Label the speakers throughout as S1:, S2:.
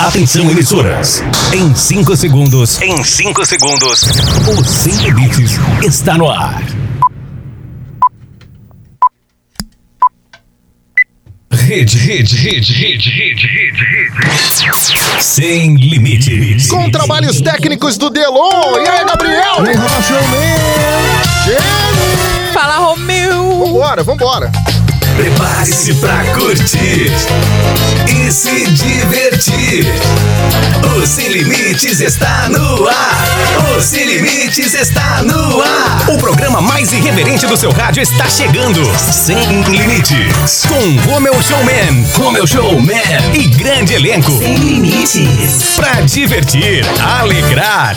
S1: Atenção, emissoras. Em 5 segundos. Em 5 segundos. O 100 Bits está no ar. Rede, rede, rede, rede, rede, rede, rede. Sem limites.
S2: Com trabalhos técnicos do Delon. E aí, Gabriel? Jenny!
S3: Fala, Romeu!
S2: Vambora, vambora.
S1: Prepare-se pra curtir e se divertir. O Sem Limites está no ar. O Sem Limites está no ar. O programa mais irreverente do seu rádio está chegando. Sem Limites. Com Romeu Showman, Romeu Showman e grande elenco. Sem Limites. Pra divertir, alegrar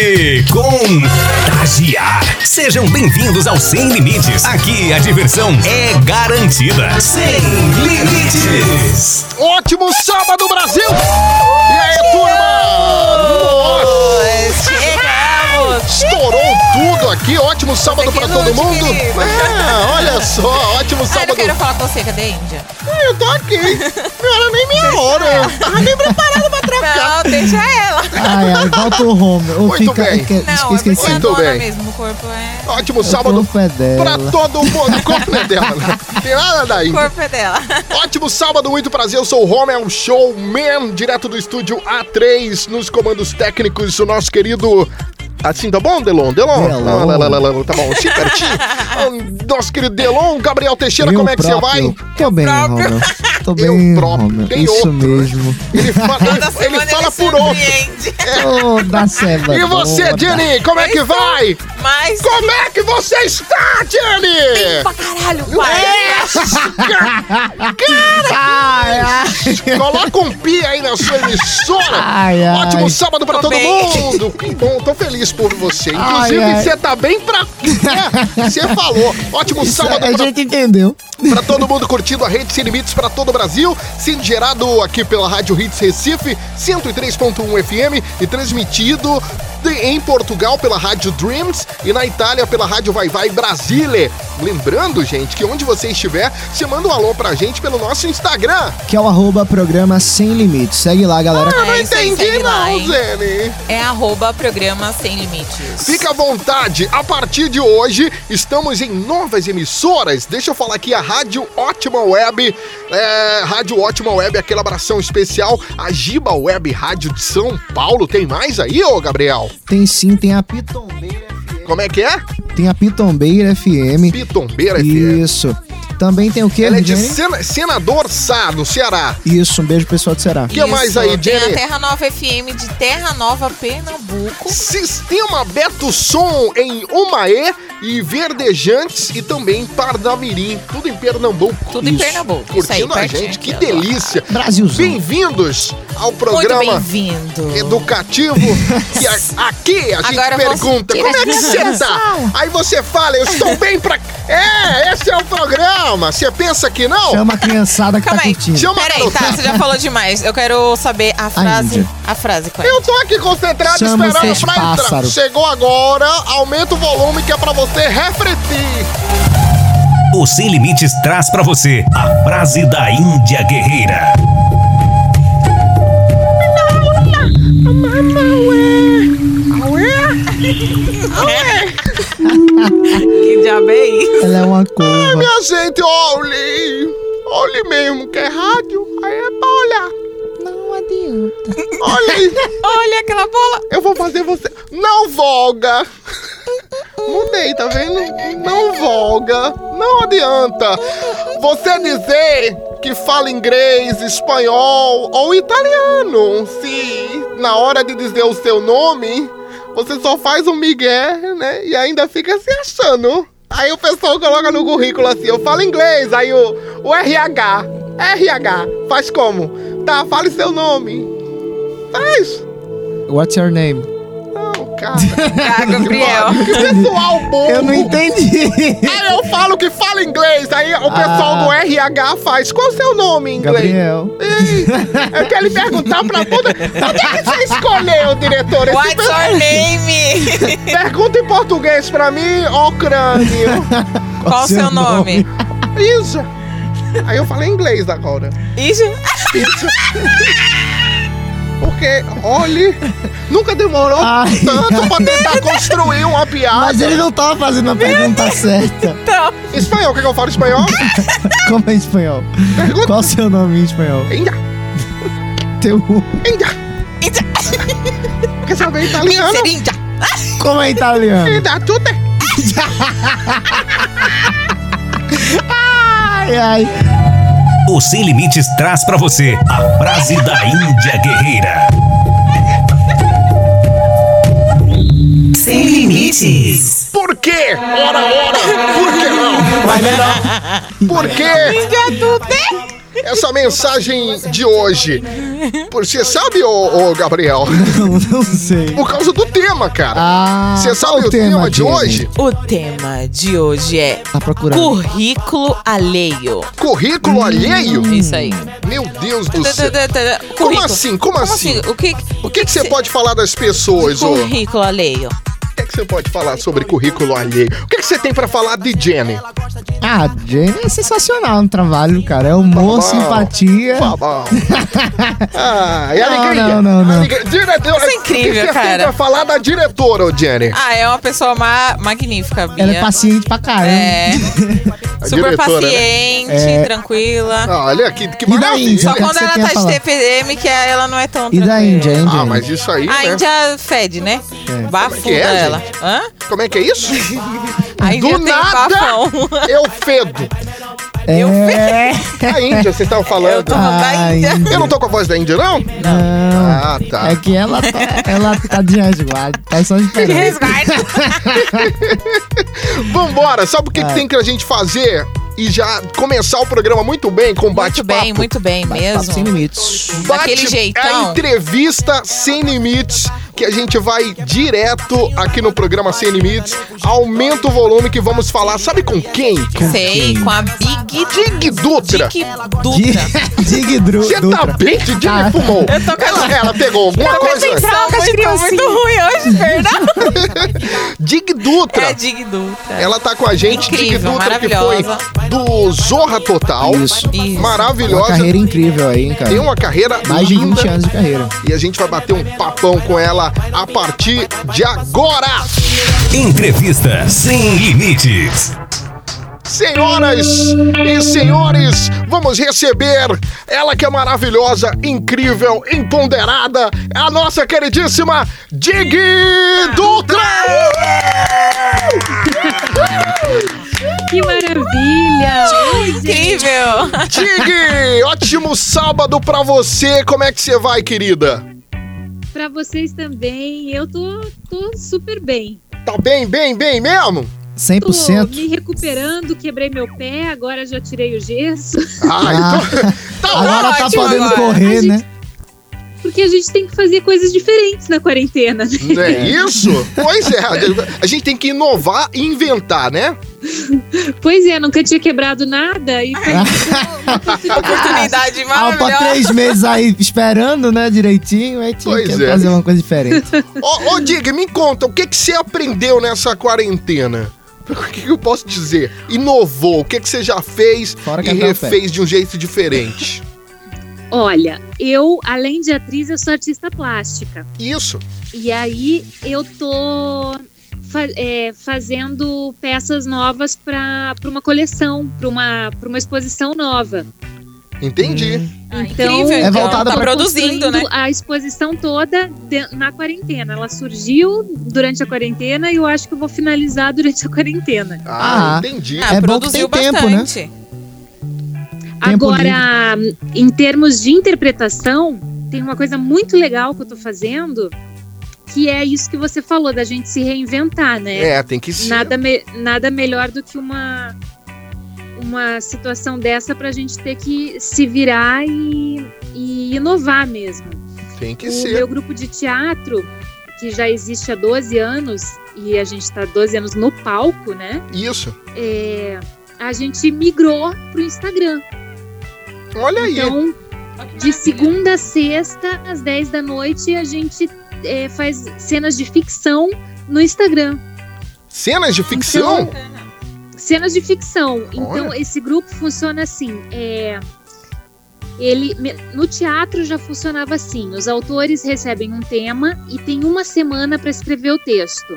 S1: e contagiar. Sejam bem-vindos ao Sem Limites. Aqui a diversão é garantida. Sem Limites.
S2: Ótimo sábado, Brasil! E aí, turma?
S3: Chegamos!
S2: Estourou tudo aqui. Ótimo sábado
S3: que
S2: pra
S3: lute,
S2: todo mundo.
S3: querido.
S2: É, olha só. Ótimo
S3: Ah, eu não
S2: sábado. Ah,
S3: quero falar tão seca da Índia.
S2: Eu tô aqui. Não era nem minha hora. Tava nem preparado pra
S3: Não, deixa ela.
S4: Ai, ai, volta o Romeu. Ou
S2: Muito
S4: fica.
S2: bem.
S4: Esque,
S3: Não, é
S4: esque, esqueci.
S2: Muito
S3: pesadona
S2: bem.
S3: mesmo, o corpo é...
S2: Ótimo
S4: O
S2: sábado
S4: corpo é
S2: pra
S4: dela.
S2: todo mundo. O corpo não é dela. né? Tem nada daí.
S3: O corpo é dela.
S2: Ótimo sábado, muito prazer. Eu sou o Romel Showman, direto do estúdio A3, nos comandos técnicos, o nosso querido. Assim, tá bom, Delon? Delon?
S4: Delon.
S2: Lá, lá, lá, lá, lá, tá bom, se pertinho. Ah, Nosso querido Delon, Gabriel Teixeira, como é que você vai?
S4: Tô bem,
S3: próprio.
S4: Romeu. Tô
S2: Eu
S4: bem,
S2: próprio.
S4: Romeu.
S2: Tem
S4: Isso
S2: outro, né?
S4: mesmo.
S2: Ele
S3: Toda
S2: fala, ele
S3: semana
S2: fala
S3: se
S2: por outro.
S3: surpreende.
S4: Ô, da ceba.
S2: E você, Jenny, como é que vai?
S3: Mas...
S2: Como é que você está, Jenny?
S3: Pra caralho, pai.
S4: É.
S2: Cara! Coloca um pi aí na sua emissora.
S4: Ai, ai.
S2: Ótimo sábado pra
S3: Tô
S2: todo
S3: bem.
S2: mundo. Que bom, tô feliz por você. Inclusive,
S4: Ai, ai.
S2: você tá bem pra... É, Você falou. Ótimo sábado
S4: A
S2: pra,
S4: gente entendeu.
S2: pra todo mundo curtindo a Rede Sem Limites pra todo o Brasil. Sendo gerado aqui pela Rádio Hits Recife, 103.1 FM um e transmitido de- em Portugal pela Rádio Dreams e na Itália pela Rádio Vai Vai Brasile. Lembrando, gente, que onde você estiver, você manda um alô pra gente pelo nosso Instagram.
S4: Que é o arroba programa Sem Limites. Segue lá, galera.
S2: Ah, Eu não
S3: É isso aí,
S2: entendi
S3: segue lá,
S2: não,
S3: hein?
S2: Zene.
S3: É arroba programa sem limites.
S2: Fica à vontade, a partir de hoje estamos em novas emissoras. Deixa eu falar aqui a Rádio Ótima Web, é, Rádio Ótima Web, aquela abração especial, a Giba Web Rádio de São Paulo. Tem mais aí, ô Gabriel?
S4: Tem sim, tem a Pitombeira.
S2: Como é que é?
S4: Tem a Pitombeira FM.
S2: Pitombeira FM.
S4: Isso. Também tem o que,
S2: Ela é de
S4: Jenny?
S2: Sena- Senador Sá, no Ceará.
S4: Isso, um beijo pessoal do Ceará.
S2: que é mais aí,
S3: Tem
S2: Jenny?
S3: a Terra Nova FM de Terra Nova, Pernambuco.
S2: Sistema Beto Som em Umaé e Verdejantes e também Parnamirim, tudo em Pernambuco.
S3: Tudo em Pernambuco, isso
S2: Curtindo
S3: aí,
S2: a
S3: pertinho
S2: gente, que
S3: aqui, ó.
S2: delícia.
S4: Brasilzão.
S2: Bem-vindos ao
S3: Muito
S2: programa
S3: bem-vindo.
S2: educativo. que a- aqui a gente
S3: Agora eu vou
S2: pergunta,
S3: sentir
S2: como
S3: a
S2: é que você tá? Aí você fala, eu estou bem pra... É, esse é o programa. Você pensa que não?
S4: Chama a criançada que
S3: Calma
S4: tá
S3: aí.
S4: curtindo.
S2: Chama a
S3: Peraí,
S2: garota.
S3: tá, você já falou demais. Eu quero saber a frase.
S4: Índia.
S3: A frase é? com
S2: Eu tô aqui concentrado,
S4: Chama
S2: esperando
S4: vocês
S2: pra entrar.
S4: pássaro.
S2: Chegou agora, aumenta o volume que é pra você refletir.
S1: O Sem Limites traz pra você a frase da Índia Guerreira.
S3: Que diabo é isso?
S4: Ela é uma curva.
S2: Minha gente, olhe! Olhe mesmo, que é rádio, aí é pra olhar.
S4: Não adianta.
S2: Olhe!
S3: Olha aquela bola.
S2: Eu vou fazer você. Não voga! Mudei, tá vendo? Não voga! Não adianta! Você dizer que fala inglês, espanhol ou italiano, se na hora de dizer o seu nome, você só faz um migué, né? E ainda fica se achando. Aí o pessoal coloca no currículo assim: eu falo inglês, aí o, o RH. RH, faz como? Tá, fale seu nome. Faz!
S4: What's your name?
S2: Não, cara.
S3: Ah, Gabriel.
S2: Que pessoal bobo.
S4: Eu não entendi.
S2: Aí eu falo que fala inglês, aí o pessoal
S4: Ah.
S2: do RH faz. Qual o seu nome em inglês?
S4: Gabriel.
S2: Ei, eu quero lhe perguntar pra toda. Onde é que você escolheu, diretor? Esse
S3: What's
S2: pe-
S3: your name?
S2: Pergunta em português pra mim, ó crânio.
S3: Qual o seu nome?
S2: Isso. Aí eu falei inglês agora.
S3: Isso.
S2: Porque, olhe, nunca demorou
S4: Ai,
S2: tanto pra tentar construir uma
S4: Mas
S2: piada.
S4: ele não tava fazendo a pergunta certa.
S3: Então,
S2: Espanhol, quer que eu falo espanhol?
S4: Como é em espanhol?
S2: Pergunta.
S4: Qual o seu nome em espanhol?
S2: Inda,
S4: Teu.
S2: inda.
S3: Inda.
S2: Quer saber italiano?
S3: seringa.
S4: Como é em italiano?
S2: Inda, tutte.
S4: Ai, ai.
S1: O Sem Limites traz pra você a frase da Índia Guerreira. Sem Limites.
S2: Por quê? Ora, ora. Por que não? Por quê?
S3: Inga tudo.
S2: Essa mensagem de hoje. Por- Você sabe, ô, ô Gabriel?
S4: Não, não sei.
S2: Por causa do tema, cara.
S4: Ah,
S2: Você
S4: qual
S2: sabe o tema de
S4: dele?
S2: hoje?
S3: O tema de hoje é
S4: Tá procurando.
S3: currículo alheio.
S2: Currículo alheio?
S3: Isso aí.
S2: Meu Deus do
S3: Tá,
S2: céu.
S3: tá, tá, tá.
S2: Como
S3: Currículo.
S2: assim? Como assim?
S3: O que,
S2: O que, que você pode falar das pessoas, ô? O
S3: Currículo alheio.
S2: que, que você pode falar sobre currículo alheio? O que, que você tem pra falar de Jenny?
S4: Ah, Jenny é sensacional no trabalho, cara. É humor,
S2: Babau.
S4: simpatia.
S2: Babão. Ah, e
S4: Não,
S2: alegria.
S4: não, não, não.
S2: Alegria. Diretora,
S3: Isso é incrível,
S2: o que que você tem
S3: cara.
S2: pra falar da diretora, ô Jenny?
S3: Ah, é uma pessoa ma- magnífica, Bia.
S4: Ela é paciente pra caramba.
S3: É.
S2: A
S3: Super
S2: diretora, né?
S3: paciente,
S4: É.
S3: tranquila.
S2: Ah, olha aqui, que
S4: da
S2: maravilha.
S4: Índia?
S3: Só
S4: o que
S3: quando
S4: você
S3: ela
S4: tem a
S3: tá de
S4: falar?
S3: TPM que ela não é tão
S4: E da
S3: tranquila.
S4: Índia, hein,
S2: Ah,
S4: Jenny?
S2: mas isso aí,
S3: A
S2: né?
S3: Índia fede, né?
S4: É.
S3: Bafuda
S2: Como é que é,
S3: ela. Hã?
S2: Como é que é isso?
S3: A Índia
S2: Do
S3: tem um
S2: nada,
S3: bafão.
S2: eu fedo.
S4: Eu é...
S2: A Índia, vocês
S3: Eu
S2: estavam falando.
S3: tô da
S4: Ah,
S3: Índia.
S4: Índia.
S2: Eu não tô com a voz da Índia, não?
S4: Não.
S2: Ah, tá.
S4: É que ela tá, ela tá de resguardo, tá só
S3: Que
S4: esperando.
S3: resguardo.
S2: Vambora, sabe o que, que
S4: Ah.
S2: tem que a gente fazer? E já começar o programa muito bem com
S3: Muito
S2: bate-papo.
S3: bem, muito bem
S4: Papo Sem
S3: mesmo.
S4: limites.
S2: Bate-
S3: Daquele
S2: É a
S3: jeitão.
S2: entrevista sem limites que a gente vai direto aqui no programa Sem Limites. Aumenta o volume que vamos falar. Sabe com quem?
S3: Sei, com a Big
S2: Dig Dutra.
S3: Dick
S4: Dig
S3: Dutra.
S4: Dig Dru-
S2: Você tá
S4: Dutra. Ah.
S2: bem? DJ me fumou.
S3: tô com
S2: ela, ela pegou alguma coisa.
S3: Droga,
S4: Foi
S3: ficou
S4: assim.
S3: muito ruim hoje, Fernando.
S2: Dig Dutra.
S3: É Dig Dutra.
S2: Ela tá com a gente, Dig
S3: Incrível,
S2: Dutra, que foi
S3: maravilhosa.
S2: do Zorra Total.
S4: Isso.
S3: Isso.
S4: Uma
S2: Maravilhosa.
S4: carreira incrível aí, hein, cara.
S2: Tem uma carreira
S4: Mais de
S2: linda.
S4: 20 anos de carreira.
S2: E a gente vai bater um papão com ela a partir de agora.
S1: Entrevista Sem Limites.
S2: Senhoras e senhores, vamos receber ela que é maravilhosa, incrível, empoderada, é a nossa queridíssima Dig Dutra!
S5: Que maravilha!
S3: Incrível.
S2: Dig, ótimo sábado pra você. Como é que você vai, querida?
S5: Pra vocês também, eu tô, tô super bem.
S2: Tá bem, bem, bem mesmo?
S5: Tô
S4: 100%.
S5: me recuperando, quebrei meu pé, agora já tirei o gesso.
S2: Ah, então, tá
S4: Agora tá
S3: ótimo
S4: podendo
S3: agora.
S4: correr,
S5: A gente-
S4: né?
S5: Porque a gente tem que fazer coisas diferentes na quarentena, né?
S2: Não é isso? Pois é, a gente tem que inovar e inventar, né?
S5: Pois é, nunca tinha quebrado nada e foi uma oportunidade.
S3: Oportunidade
S4: Ah, pra
S3: maravilhosa.
S4: três meses aí esperando, né, direitinho, aí tinha
S2: Pois
S4: que
S2: é.
S4: fazer uma coisa diferente.
S2: Ô, ô Dig, me conta, o que, que você aprendeu nessa quarentena? O que, que eu posso dizer? Inovou, o que, que você já fez
S4: Fora
S2: e
S4: que é
S2: refez de um jeito diferente?
S5: Olha, eu, além de atriz, eu sou artista plástica.
S2: Isso.
S5: E aí eu tô fa- é, fazendo peças novas pra pra uma coleção, pra uma, pra uma exposição nova.
S2: Entendi.
S3: Ah,
S5: Então,
S3: incrível,
S4: É voltada
S3: tá
S4: pra-
S3: produzindo, né?
S5: construindo A exposição toda de- na quarentena. Ela surgiu durante a quarentena e eu acho que eu vou finalizar durante a quarentena.
S2: Ah,
S4: Ah.
S2: entendi.
S3: Ah,
S4: É bom que
S3: produziu
S4: tem tempo, né?
S3: bastante.
S4: Tempo
S5: Agora, em termos de interpretação, tem uma coisa muito legal que eu tô fazendo, que é isso que você falou, da gente se reinventar, né?
S2: É, tem que ser.
S5: Nada, me- nada melhor do que uma, uma situação dessa pra gente ter que se virar e- e inovar mesmo.
S2: Tem que
S5: o
S2: ser.
S5: meu grupo de teatro, que já existe há 12 anos, e a gente está 12 anos no palco, né?
S2: Isso.
S5: É, a gente migrou pro Instagram.
S2: Olha aí.
S5: Então, de segunda a sexta, às 10 da noite, a gente é, faz cenas de ficção no Instagram.
S2: Cenas de ficção?
S5: Cenas de ficção. Então,
S2: Olha.
S5: esse grupo funciona assim. É, ele me- no teatro já funcionava assim: os autores recebem um tema e tem uma semana para escrever o texto.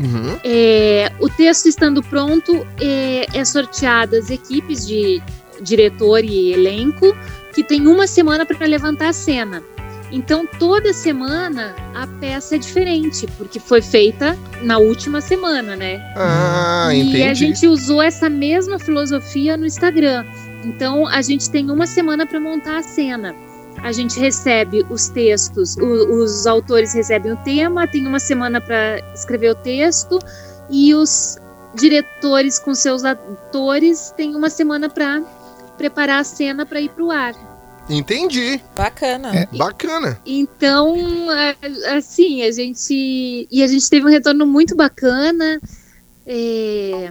S2: Uhum.
S5: É, o texto estando pronto, é, é sorteado as equipes de diretor e elenco, que tem uma semana para levantar a cena. Então, toda semana a peça é diferente, porque foi feita na última semana, né?
S2: Ah,
S5: e a
S2: entendi.
S5: gente usou essa mesma filosofia no Instagram. Então a gente tem uma semana para montar a cena. A gente recebe os textos, o- os autores recebem o tema, tem uma semana para escrever o texto e os diretores com seus atores têm uma semana para preparar a cena para ir para o ar.
S2: Entendi.
S3: Bacana.
S2: É.
S4: É.
S2: Bacana.
S5: Então, a- assim, a gente. E a gente teve um retorno muito bacana. é,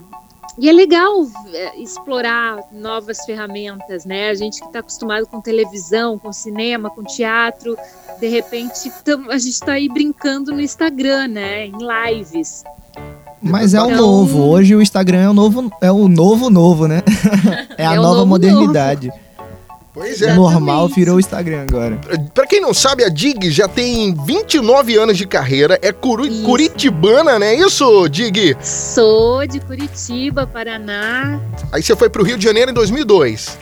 S5: e é legal é, explorar novas ferramentas, né? A gente que está acostumado com televisão, com cinema, com teatro, de repente tam- a gente está aí brincando no Instagram, né? Em lives.
S4: Mas é o
S5: Então-
S4: novo. Hoje o Instagram é o novo, é o novo novo, né? É a
S5: É o
S4: nova
S5: novo
S4: modernidade.
S2: Pois
S4: O
S2: é.
S3: Exato.
S4: normal
S3: Exatamente.
S4: virou o Instagram agora.
S2: Pra quem não sabe, a Dig já tem 29 anos de carreira. É curu-
S5: Isso.
S2: curitibana, não é isso, Dig?
S5: Sou de Curitiba, Paraná.
S2: Aí você foi pro Rio de Janeiro em 2002.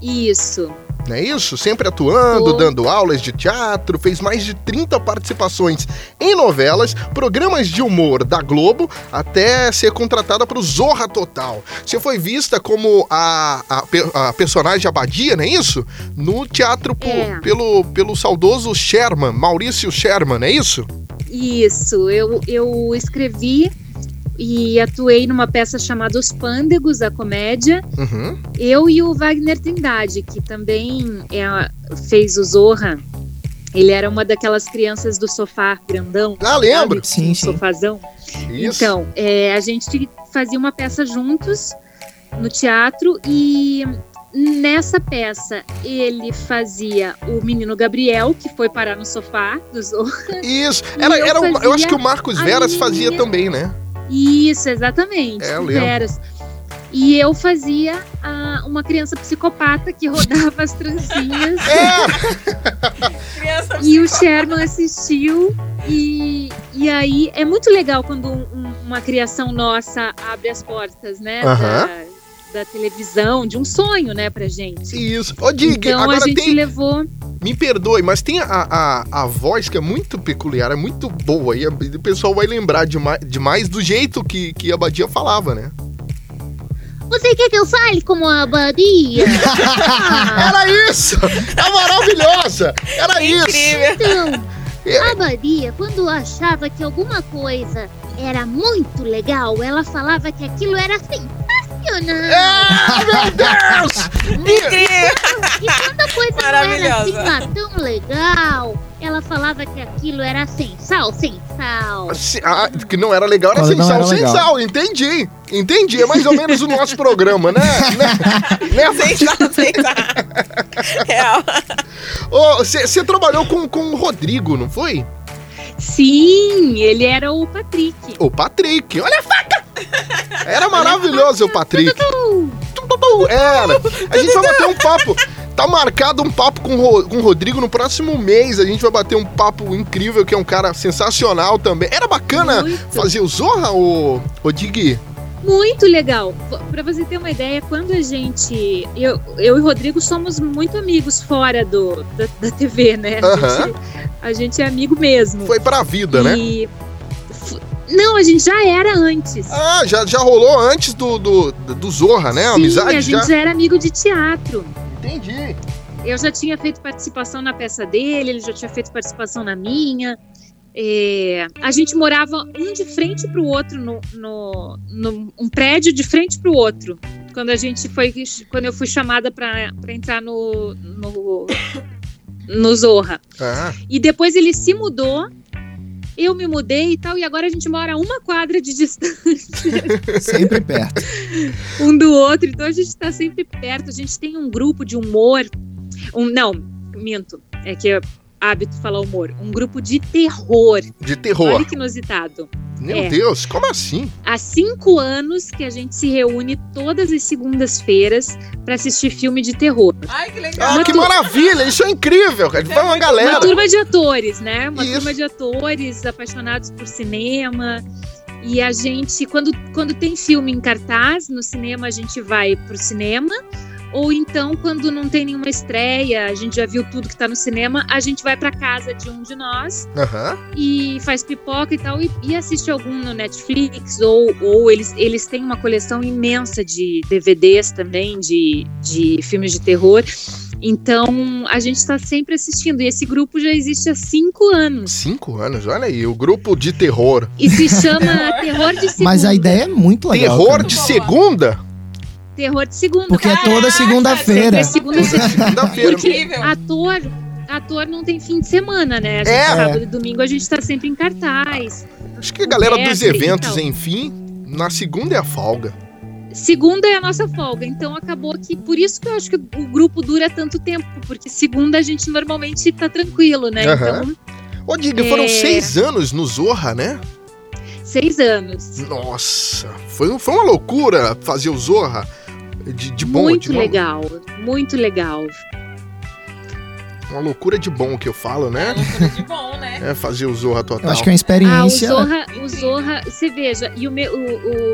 S5: Isso.
S2: Não é isso? Sempre atuando,
S5: Foi.
S2: dando aulas de teatro, fez mais de 30 participações em novelas, programas de humor da Globo, até ser contratada para o Zorra Total. Você foi vista como a, a pe- a personagem Abadia, não é isso? No teatro po-
S5: É.
S2: pelo, pelo saudoso Sherman, Maurício Sherman, não é isso?
S5: Isso, eu, eu escrevi e atuei numa peça chamada Os Pândegos, da comédia.
S2: Uhum.
S5: Eu e o Wagner Trindade, que também é- fez o Zorra. Ele era uma daquelas crianças do sofá grandão.
S2: Ah, lembro.
S5: sabe?
S4: Sim, sim.
S5: Um Sofazão.
S2: Isso.
S5: Então, é, a gente fazia uma peça juntos no teatro e nessa peça ele fazia o menino Gabriel, que foi parar no sofá do Zorra.
S2: Isso.
S5: E
S2: Era,
S5: eu
S2: era, o- eu acho
S5: fazia
S2: que o Marcos
S5: a
S2: Veras fazia
S5: minha-
S2: também, né?
S5: Isso, exatamente.
S2: É, eu
S5: com
S2: lembro.
S5: veras. E eu fazia ah, uma criança psicopata que rodava as trancinhas.
S2: É!
S3: Criança
S5: E o Sherman assistiu. E, e aí é muito legal quando um- um- uma criação nossa abre as portas, né?
S2: Aham.
S5: Da, da televisão, de um sonho, né, pra gente.
S2: Isso. Ô, Dig,
S5: então
S2: agora
S5: a gente
S2: tem.
S5: levou.
S2: Me perdoe, mas tem a, a, a voz que é muito peculiar, é muito boa. E a- e o pessoal vai lembrar dema- demais do jeito que, que a Badia falava, né?
S5: Você quer que eu fale como a Babia? Ah.
S2: Era isso! É maravilhosa!
S5: É
S2: Era isso!
S3: incrível.
S6: Então,
S2: É.
S6: a Badia, quando achava que alguma coisa era muito legal, ela falava que aquilo era sensacional.
S2: É, meu Deus! Me-
S3: Incrível.
S6: E quando a coisa não era assim
S3: Maravilhosa.
S6: lá tão legal, ela falava que aquilo era sensal, sensal.
S2: Se- ah, que não era legal, era
S4: Quando não
S2: sensal,
S4: era legal.
S2: sensal, entendi. Entendi, é mais ou menos o nosso programa, né? né? né?
S3: Sensacional, sensacional. Real.
S2: Você trabalhou com, com o Rodrigo, não foi?
S5: Sim, ele era o Patrick.
S2: O Patrick, olha a faca! Era maravilhoso o Patrick. Tutu, Era. A gente vai bater um papo. Tá marcado um papo com, o Ro- com o Rodrigo no próximo mês. A gente vai bater um papo incrível, que é um cara sensacional também. Era bacana
S5: Muito.
S2: fazer o Zorra, o, o Dig?
S5: Muito legal. Para você ter uma ideia, quando a gente. Eu, eu e o Rodrigo somos muito amigos fora do, da, da TV, né? A,
S2: Aham.
S5: gente, a gente é amigo mesmo.
S2: Foi pra vida, né?
S5: E f- Não, a gente já era antes.
S2: Ah, já, já rolou antes do, do, do Zorra, né? A
S5: Sim,
S2: amizade
S5: a gente já...
S2: já.
S5: era amigo de teatro.
S2: Entendi.
S5: Eu já tinha feito participação na peça dele, ele já tinha feito participação na minha. É, a gente morava um de frente pro outro, no, no, no- um prédio de frente pro outro. Quando a gente foi, quando eu fui chamada para entrar no, no, no Zorra.
S2: Ah,
S5: E depois ele se mudou, eu me mudei e tal, e agora a gente mora a uma quadra de distância
S4: Sempre perto.
S5: um do outro, então a gente está sempre perto. A gente tem um grupo de humor. Um, não, minto. É que é hábito falar humor. Um grupo de terror.
S2: de
S5: Olha
S2: terror.
S5: que inusitado.
S2: Meu
S5: É.
S2: Deus, como assim?
S5: Há cinco anos que a gente se reúne todas as segundas-feiras para assistir filme de terror.
S3: Ai, que legal.
S2: Ah, que maravilha, isso é incrível, cara. Vai uma galera.
S5: Uma turma de atores, né? Uma
S2: Isso.
S5: turma de atores apaixonados por cinema. E a gente, quando, quando tem filme em cartaz no cinema, a gente vai pro cinema. Ou então, quando não tem nenhuma estreia, a gente já viu tudo que tá no cinema, a gente vai pra casa de um de nós
S2: Aham.
S5: e faz pipoca e tal, e, e assiste algum no Netflix, ou, ou eles, eles têm uma coleção imensa de DVDs também, de, de filmes de terror. Então a gente está sempre assistindo. E esse grupo já existe há cinco anos.
S2: Cinco anos, olha aí, o grupo de terror.
S5: E se chama Terror de Segunda.
S4: Mas a ideia é muito legal.
S2: terror
S4: cara.
S2: de segunda?
S5: Terror de Segunda.
S4: Porque é
S5: cara.
S4: toda segunda-feira.
S5: É segunda
S2: Segunda-feira.
S5: Porque
S3: Incrível.
S5: ator, ator não tem fim de semana, né? A gente,
S2: É.
S5: Sábado e domingo a gente tá sempre em cartaz.
S2: Acho que a galera dos
S5: Mestre,
S2: eventos,
S5: então.
S2: enfim, na segunda é a folga.
S5: Segunda é a nossa folga, então acabou que. Por isso que eu acho que o grupo dura tanto tempo, porque segunda a gente normalmente tá tranquilo, né?
S2: Aham.
S5: Então,
S2: Ô, Diga, foram
S5: É.
S2: seis anos no Zorra, né?
S5: seis anos.
S2: Nossa, foi, um- foi uma loucura fazer o Zorra de, de bom.
S5: muito
S2: de uma,
S5: legal, muito legal.
S2: uma loucura de bom que eu falo,
S3: É
S2: né?
S3: loucura de bom, né?
S2: É fazer o Zorra
S4: Eu
S2: total.
S4: acho que é uma
S5: Ah, o
S4: experiência.
S5: Zorra, o Zorra, você veja, e o meu, o,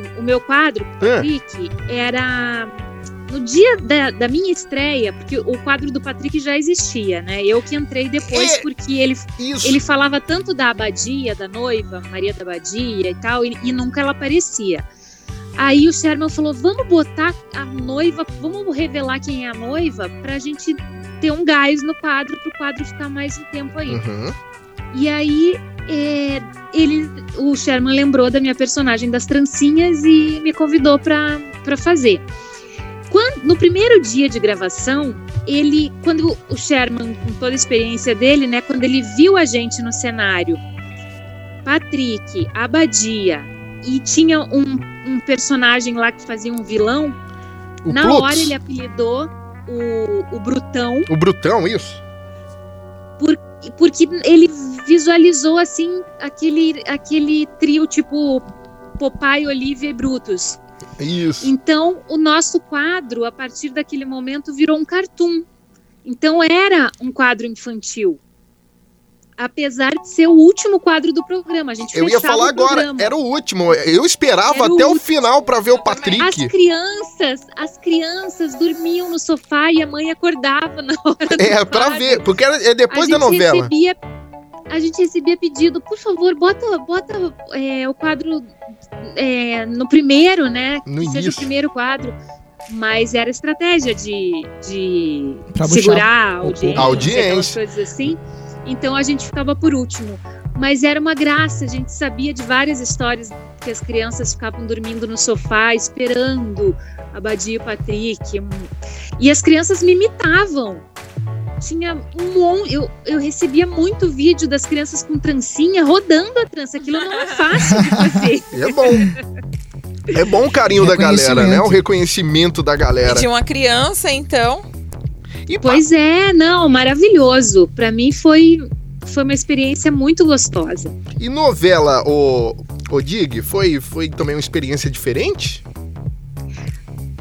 S5: o, o meu quadro,
S2: É.
S5: Patrick, era no dia da, da minha estreia, porque o quadro do Patrick já existia, né? Eu que entrei depois,
S2: É.
S5: porque ele
S2: Isso.
S5: Ele falava tanto da abadia, da noiva, Maria da Abadia e tal, e, e nunca ela aparecia. Aí o Sherman falou: vamos botar a noiva, vamos revelar quem é a noiva, pra gente ter um gás no quadro, pro quadro ficar mais um tempo aí.
S2: Uhum.
S5: E aí é, ele, o Sherman lembrou da minha personagem das trancinhas e me convidou pra pra fazer. Quando- no primeiro dia de gravação, ele, quando o Sherman, com toda a experiência dele, né, quando ele viu a gente no cenário, Patrick, Abadia e tinha um, um personagem lá que fazia um vilão,
S2: O
S5: na
S2: Plutz,
S5: hora ele apelidou o, o Brutão
S2: o Brutão, isso?
S5: porque ele visualizou assim aquele aquele trio tipo Popeye, Olivia e Brutus.
S2: Isso.
S5: Então, o nosso quadro a partir daquele momento virou um cartoon. Então era um quadro infantil. Apesar de ser o último quadro do programa, a gente
S2: Eu ia
S5: fechava
S2: falar
S5: o
S2: agora,
S5: programa.
S2: era o último. Eu esperava
S5: Era o
S2: até o
S5: último.
S2: final pra ver o
S3: Eu também.
S5: As
S2: Patrick.
S5: crianças, as crianças dormiam no sofá e a mãe acordava na hora do
S2: É, pra
S5: quadro.
S2: ver, porque era- é depois da
S5: a gente
S2: novela.
S5: Recebia, a gente recebia pedido, por favor, bota, bota é, o quadro é, no primeiro, né?
S2: No
S5: que seja
S2: início.
S5: o primeiro quadro. Mas era estratégia de, de
S4: Pra puxar
S5: segurar a
S4: o
S5: audiência,
S2: público.
S5: aquelas coisas assim. Então a gente ficava por último. Mas era uma graça, a gente sabia de várias histórias que as crianças ficavam dormindo no sofá, esperando a Badia e o Patrick. um- E as crianças me imitavam. Tinha um mon... eu, eu recebia muito vídeo das crianças com trancinha rodando a trança. Aquilo não é fácil de fazer.
S2: É bom. É bom o carinho da galera, né? O reconhecimento da
S3: E
S2: galera.
S3: de uma criança, então.
S2: E pa-
S5: Pois é, não, maravilhoso. Pra mim foi, foi uma experiência muito gostosa.
S2: E novela, o, o Dig, foi, foi também uma experiência diferente?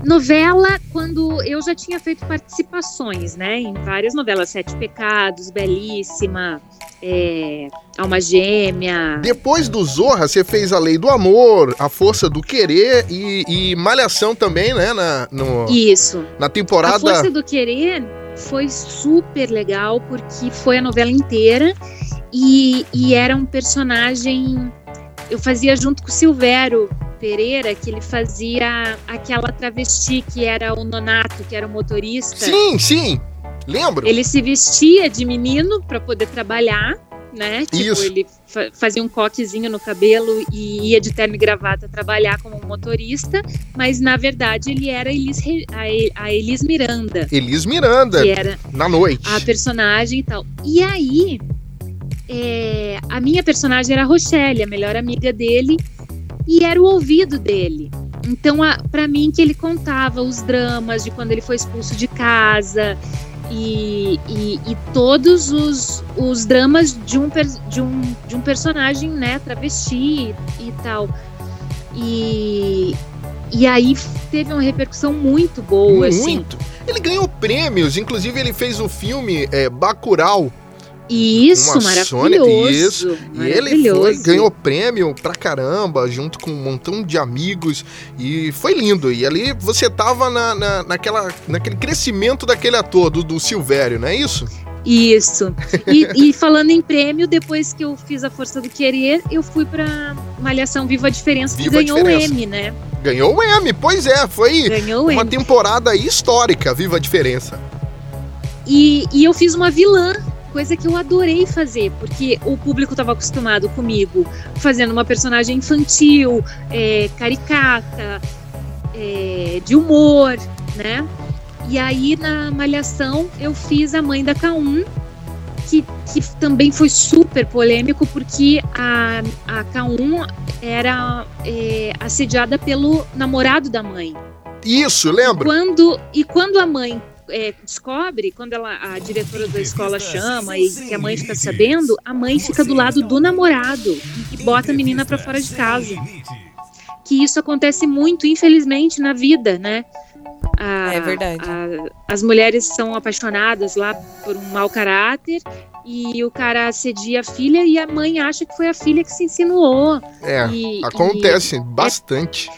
S5: Novela, quando eu já tinha feito participações, né, em várias novelas, Sete Pecados, Belíssima, é, Alma Gêmea.
S2: Depois do Zorra, você fez A Lei do Amor, A Força do Querer e, e Malhação também, né? Na, no-
S5: Isso.
S2: na
S5: A
S2: temporada.
S5: Força do Querer foi super legal, porque foi a novela inteira e, e era um personagem. Eu fazia junto com o Silvério Pereira, que ele fazia aquela travesti que era o Nonato, que era o motorista.
S2: Sim, sim. Lembro?
S5: Ele se vestia de menino para poder trabalhar, né? Tipo,
S2: Isso.
S5: ele fa- fazia um coquezinho no cabelo e ia de terno e gravata trabalhar como motorista, mas na verdade ele era a Elis, Re- a E- a Elis Miranda,
S2: Elis Miranda,
S5: que era
S2: na noite.
S5: a personagem e tal. E aí, é, a minha personagem era a Rochelle, a melhor amiga dele, e era o ouvido dele. Então, a- pra mim, que ele contava os dramas de quando ele foi expulso de casa, e, e- e todos os, os dramas de um, per- de, um, de um personagem né, travesti e, e tal. E, e aí f- teve uma repercussão muito boa, assim.
S2: Muito. Ele ganhou prêmios, inclusive ele fez o filme é, Bacurau.
S5: E isso,
S2: Uma Sônia-
S5: maravilhoso.
S2: isso. E ele
S5: maravilhoso.
S2: foi, ganhou prêmio pra caramba, junto com um montão de amigos. E foi lindo. E ali você tava na, na- naquela, naquele crescimento daquele ator, do, do Silvério, não é isso?
S5: Isso. E, e falando em prêmio, depois que eu fiz A Força do Querer, eu fui pra Malhação Viva a Diferença, que
S2: Viva a
S5: ganhou o
S2: Diferença.
S5: M, né?
S2: Ganhou o M, pois é, foi
S5: Ganhou o
S2: uma
S5: M.
S2: temporada histórica, viva a diferença.
S5: E, e eu fiz uma vilã, coisa que eu adorei fazer, porque o público estava acostumado comigo fazendo uma personagem infantil, é, caricata, é, de humor, né? E aí na Malhação eu fiz a mãe da K1, que, que também foi super polêmico, porque a, a K1 era é, assediada pelo namorado da mãe.
S2: Isso, lembra?
S5: Quando, e quando a mãe é, descobre, quando ela, a diretora da escola chama e que a mãe fica sabendo, a mãe fica do lado do namorado e bota a menina pra fora de casa. Que isso acontece muito, infelizmente, na vida, né? A-
S3: É verdade.
S5: a- as mulheres são apaixonadas lá por um mau caráter e o cara assedia a filha e a mãe acha que foi a filha que se insinuou.
S2: É,
S5: E- e-
S2: acontece bastante.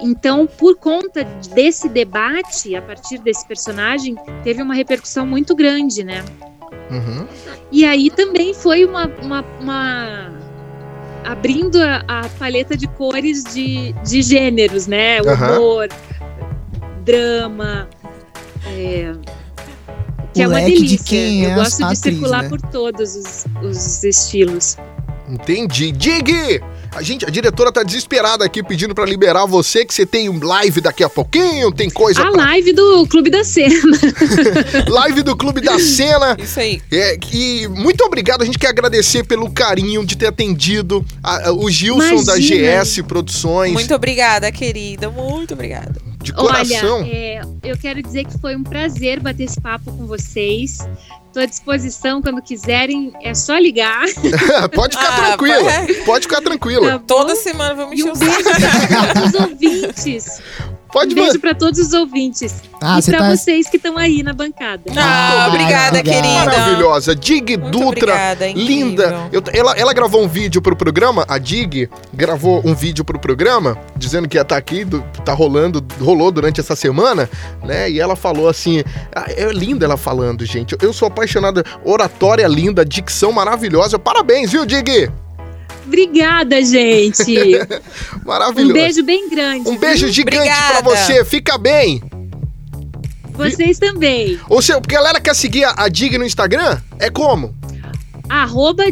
S5: então, por conta desse debate, a partir desse personagem, teve uma repercussão muito grande, né?
S2: Uhum.
S5: E aí também foi uma. uma- uma- abrindo a, a paleta de cores de, de gêneros, né?
S2: Aham.
S5: Humor, drama. é, Que é
S4: O
S5: uma
S4: leque de
S5: delícia.
S4: quem
S5: Eu
S4: é
S5: gosto
S4: a
S5: de
S4: atriz,
S5: circular
S4: né?
S5: por todos os, os estilos.
S2: Entendi. Dig! A gente, a diretora tá desesperada aqui pedindo pra liberar você, que você tem um live daqui a pouquinho, tem coisa.
S5: A
S2: pra-
S5: live do Clube da Cena.
S2: Live do Clube da Cena.
S3: Isso aí.
S2: É, e muito obrigado, a gente quer agradecer pelo carinho de ter atendido a- a- o Gilson da
S5: Imagina.
S2: GS Produções.
S3: Muito obrigada, querida. Muito obrigada.
S2: De coração.
S5: Olha, é, eu quero dizer que foi um prazer bater esse papo com vocês. Estou à disposição quando quiserem, é só ligar.
S2: pode ficar
S3: Ah,
S2: tranquila.
S3: vai.
S2: Pode ficar tranquila.
S5: Tá bom?
S3: Toda semana vamos
S5: E
S3: encher
S5: um
S3: o
S5: beijo
S3: saco.
S5: para todos os ouvintes.
S2: Pode
S5: um beijo
S2: mandar.
S5: para todos os ouvintes.
S4: Ah,
S5: e
S4: você
S5: para
S4: tá.
S5: vocês que estão aí na bancada.
S3: Ah, obrigada,
S4: obrigado.
S3: querida.
S2: Maravilhosa. Dig
S3: Muito
S2: Dutra.
S3: obrigada, incrível.
S2: Linda. Eu- ela, ela gravou um vídeo pro programa, a Dig gravou um vídeo pro programa, dizendo que ia estar aqui, do- tá rolando, rolou durante essa semana, né? E ela falou assim: ah, é linda ela falando, gente. Eu sou apaixonada, oratória linda, dicção maravilhosa. Parabéns, viu, Dig?
S5: Obrigada, gente.
S2: Maravilhoso.
S5: um beijo bem grande.
S2: Um
S4: Hum,
S2: beijo gigante pra
S3: Obrigada.
S2: você, fica bem.
S5: Vocês também.
S2: Ou seja, galera quer seguir a, a Dig no Instagram? É como?
S5: Arroba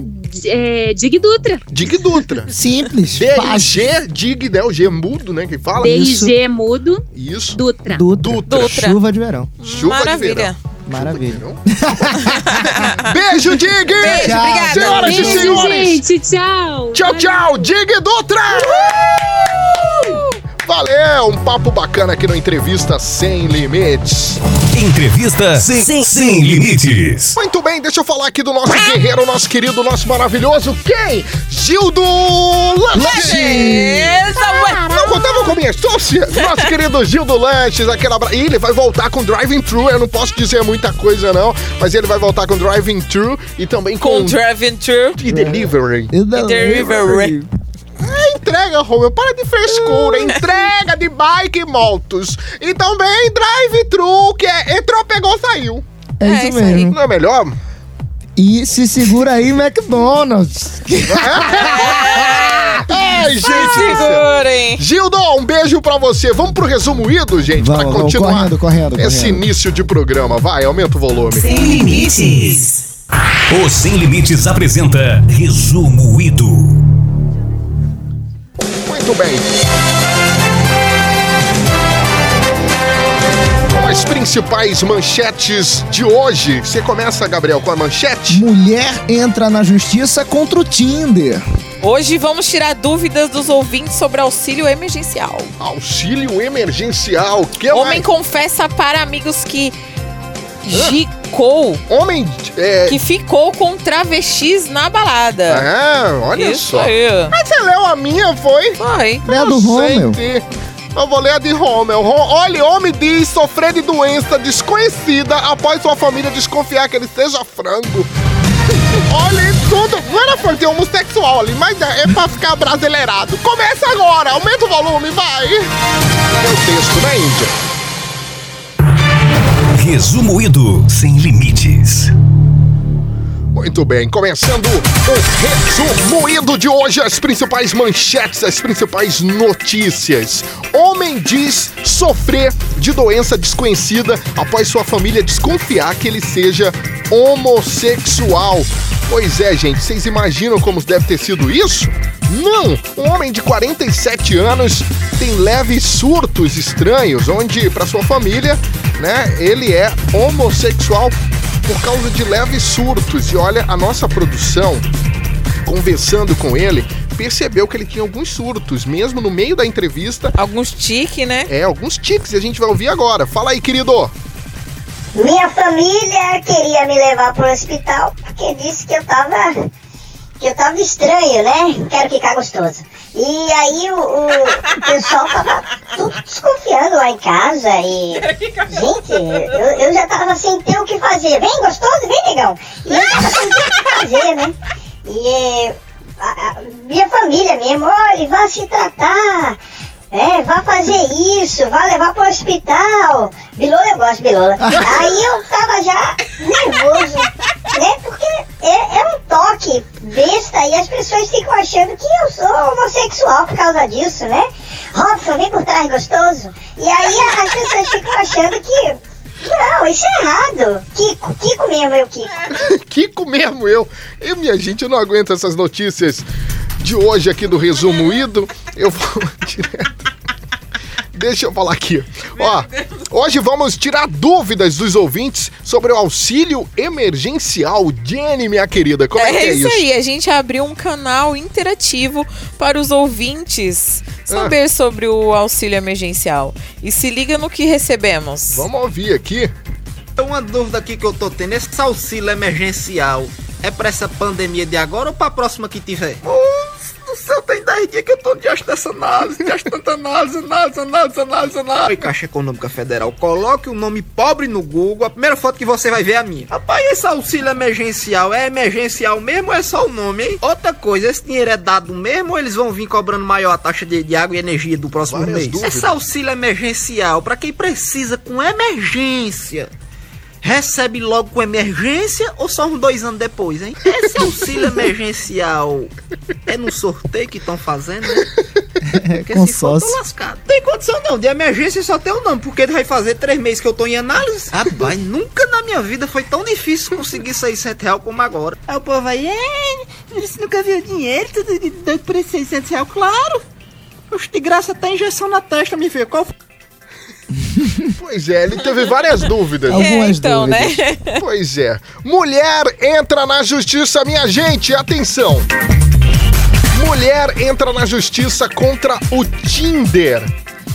S5: é, Dig Dutra.
S2: Dig Dutra.
S4: Simples. fácil.
S2: D-I-G, Dig, né? O G mudo, né? Que fala.
S4: isso.
S5: D-I-G mudo
S2: Isso.
S5: Dutra.
S4: Dutra.
S2: Dutra.
S3: Dutra.
S4: Chuva de verão.
S2: Chuva de verão.
S3: Maravilha.
S4: Maravilha.
S2: Beijo, Dig!
S3: Beijo, obrigada.
S2: Senhoras e
S5: Beijo,
S2: senhores!
S5: gente. Tchau.
S2: Tchau, tchau! Dig Dutra! Valeu! Um papo bacana aqui no Entrevista Sem Limites.
S1: Entrevista sem, sem, limites.
S2: Muito bem, deixa eu falar aqui do nosso guerreiro, nosso querido, nosso maravilhoso, quem? Gildo Lanches!
S3: Beleza,
S2: Não contava com minhas sócias, nosso querido Gildo Lanches, aquele abra... E ele vai voltar com Driving Thru, eu não posso dizer muita coisa não, mas ele vai voltar com Driving Thru e também com...
S3: Com Driving True.
S2: e Delivery.
S4: Eu não-
S3: Delivery.
S2: Ah, entrega, Romeu. Para de frescura. entrega de bike e motos. E também drive-thru, que é entrou, pegou, saiu.
S4: É
S3: É
S4: isso
S3: isso aí.
S4: mesmo.
S2: Não é melhor?
S4: E se segura aí, McDonald's.
S2: Ai, gente.
S3: Segurem.
S2: Gildo, um beijo pra você. Vamos pro resumido, gente, pra
S4: Vamos, vamos,
S2: continuar
S4: correndo, correndo,
S2: esse
S4: correndo.
S2: início de programa. Vai, aumenta o volume.
S1: Sem limites. O Sem Limites apresenta Resumo Ido.
S2: Muito bem. Com As principais manchetes de hoje. Você começa, Gabriel, com a manchete?
S4: Mulher entra na justiça contra o Tinder.
S3: Hoje vamos tirar dúvidas dos ouvintes sobre auxílio emergencial.
S2: Auxílio emergencial. Que
S3: Homem
S2: mais?
S3: confessa para amigos que Gicou,
S2: Homem. É...
S3: que ficou com travestis na balada.
S2: Ah, olha
S3: Isso
S2: só.
S3: aí.
S2: Mas você leu a minha, foi?
S3: Foi.
S5: é
S4: Né, do Romeu.
S2: Gente, Eu vou ler a de Romeu. Ro- Olha, homem diz sofrer de doença desconhecida após sua família desconfiar que ele seja frango. Olha isso tudo. Não era frango, tem homossexual ali, mas é, é pra ficar brasileirado. Começa agora, aumenta o volume, vai. Meu texto, né, Índia?
S1: Resumo Ido Sem Limites.
S2: Muito bem, começando o resumido de hoje, as principais manchetes, as principais notícias. Homem diz sofrer de doença desconhecida após sua família desconfiar que ele seja homossexual. Pois é, gente, vocês imaginam como deve ter sido isso? Não! Um homem de 47 anos tem leves surtos estranhos, onde, para sua família, né, ele é homossexual por causa de leves surtos. E olha, a nossa produção, conversando com ele, percebeu que ele tinha alguns surtos, mesmo no meio da entrevista.
S3: Alguns tiques, né?
S2: É, alguns tiques e a gente vai ouvir agora. Fala aí, querido!
S7: Minha família queria me levar pro hospital porque disse que eu tava. que eu tava estranho, né? Quero ficar gostoso. E aí o, o pessoal tava tudo desconfiando lá em casa e. Gente, eu, eu já tava sem ter o que fazer. Vem gostoso, vem negão! E eu tava sem ter o que fazer, né? E eh, a- a- minha família mesmo, olha, vá se tratar. É, vá fazer isso, vá levar pro hospital. Bilola eu gosto, de Bilola. né? Aí eu tava já nervoso, né? Porque é, é um toque besta e as pessoas ficam achando que eu sou homossexual por causa disso, né? Robson, vem por trás, gostoso. E aí a- as pessoas ficam achando que. Não, isso é errado. Kiko, Kiko mesmo, eu Kiko.
S2: Kiko mesmo eu. E minha gente, eu não aguento essas notícias de hoje aqui do Resumo Ido. Eu vou direto. Deixa eu falar aqui. Ó, hoje vamos tirar dúvidas dos ouvintes sobre o auxílio emergencial. Jenny, minha querida, como é, que
S3: é,
S2: é
S3: isso
S2: isso?
S3: aí, a gente abriu um canal interativo para os ouvintes
S2: Ah.
S3: saber sobre o auxílio emergencial. E se liga no que recebemos.
S2: Vamos ouvir aqui.
S8: Então, uma dúvida aqui que eu tô tendo: esse auxílio emergencial é pra essa pandemia de agora ou pra próxima que tiver?
S9: do céu, tem 10 dias que eu tô diante dessa análise, diante tanta análise, análise, análise, análise, análise.
S8: Oi, Caixa Econômica Federal, coloque o nome pobre no Google, a primeira foto que você vai ver é a minha. Rapaz, esse auxílio emergencial é emergencial mesmo ou é só o nome, hein? Outra coisa, esse dinheiro é dado mesmo ou eles vão vir cobrando maior a taxa de, de água e energia do próximo
S2: Várias
S8: mês?
S2: dúvidas.
S8: Esse auxílio emergencial, pra quem precisa com emergência, recebe logo com emergência ou só uns dois anos depois, hein? Esse auxílio emergencial é no sorteio que estão fazendo, né? Porque
S4: É, Com
S8: se for, eu tô
S4: sócio.
S8: lascado. Tem condição não, de emergência só tem um não, porque vai fazer três meses que eu tô em análise. Rapaz, nunca na minha vida foi tão difícil conseguir 600 reais como agora. Aí o povo aí, é, você nunca viu dinheiro, tudo de doido por 600 reais, claro. Oxe, de graça até injeção na testa, me vê. Qual
S2: Pois é, ele teve várias dúvidas.
S3: É,
S4: Algumas
S3: então, né?
S4: dúvidas.
S2: Pois é. Mulher entra na justiça, minha gente, atenção. Mulher entra na justiça contra o Tinder.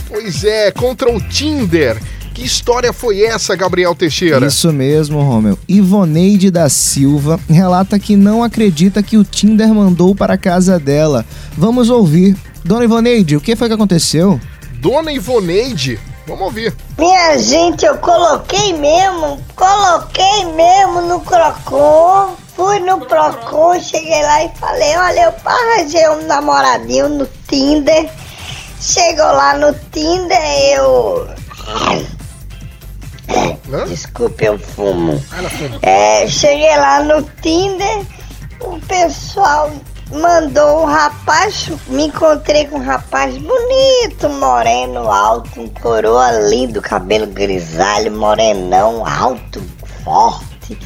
S2: Pois é, contra o Tinder. Que história foi essa, Gabriel Teixeira?
S4: Isso mesmo, Romeu. Ivoneide da Silva relata que não acredita que o Tinder mandou para a casa dela. Vamos ouvir. Dona Ivoneide, o que foi que aconteceu?
S2: Dona Ivoneide. Vamos ouvir.
S9: Minha gente, eu coloquei mesmo, coloquei mesmo no Procon. Fui no Procon, cheguei lá e falei, olha, eu arranjei um namoradinho no Tinder. Chegou lá no Tinder, eu...
S2: Hã?
S9: Desculpe, eu fumo. É, cheguei lá no Tinder, o pessoal mandou um rapaz, me encontrei com um rapaz bonito, moreno, alto, um coroa lindo, cabelo grisalho, morenão, alto, forte.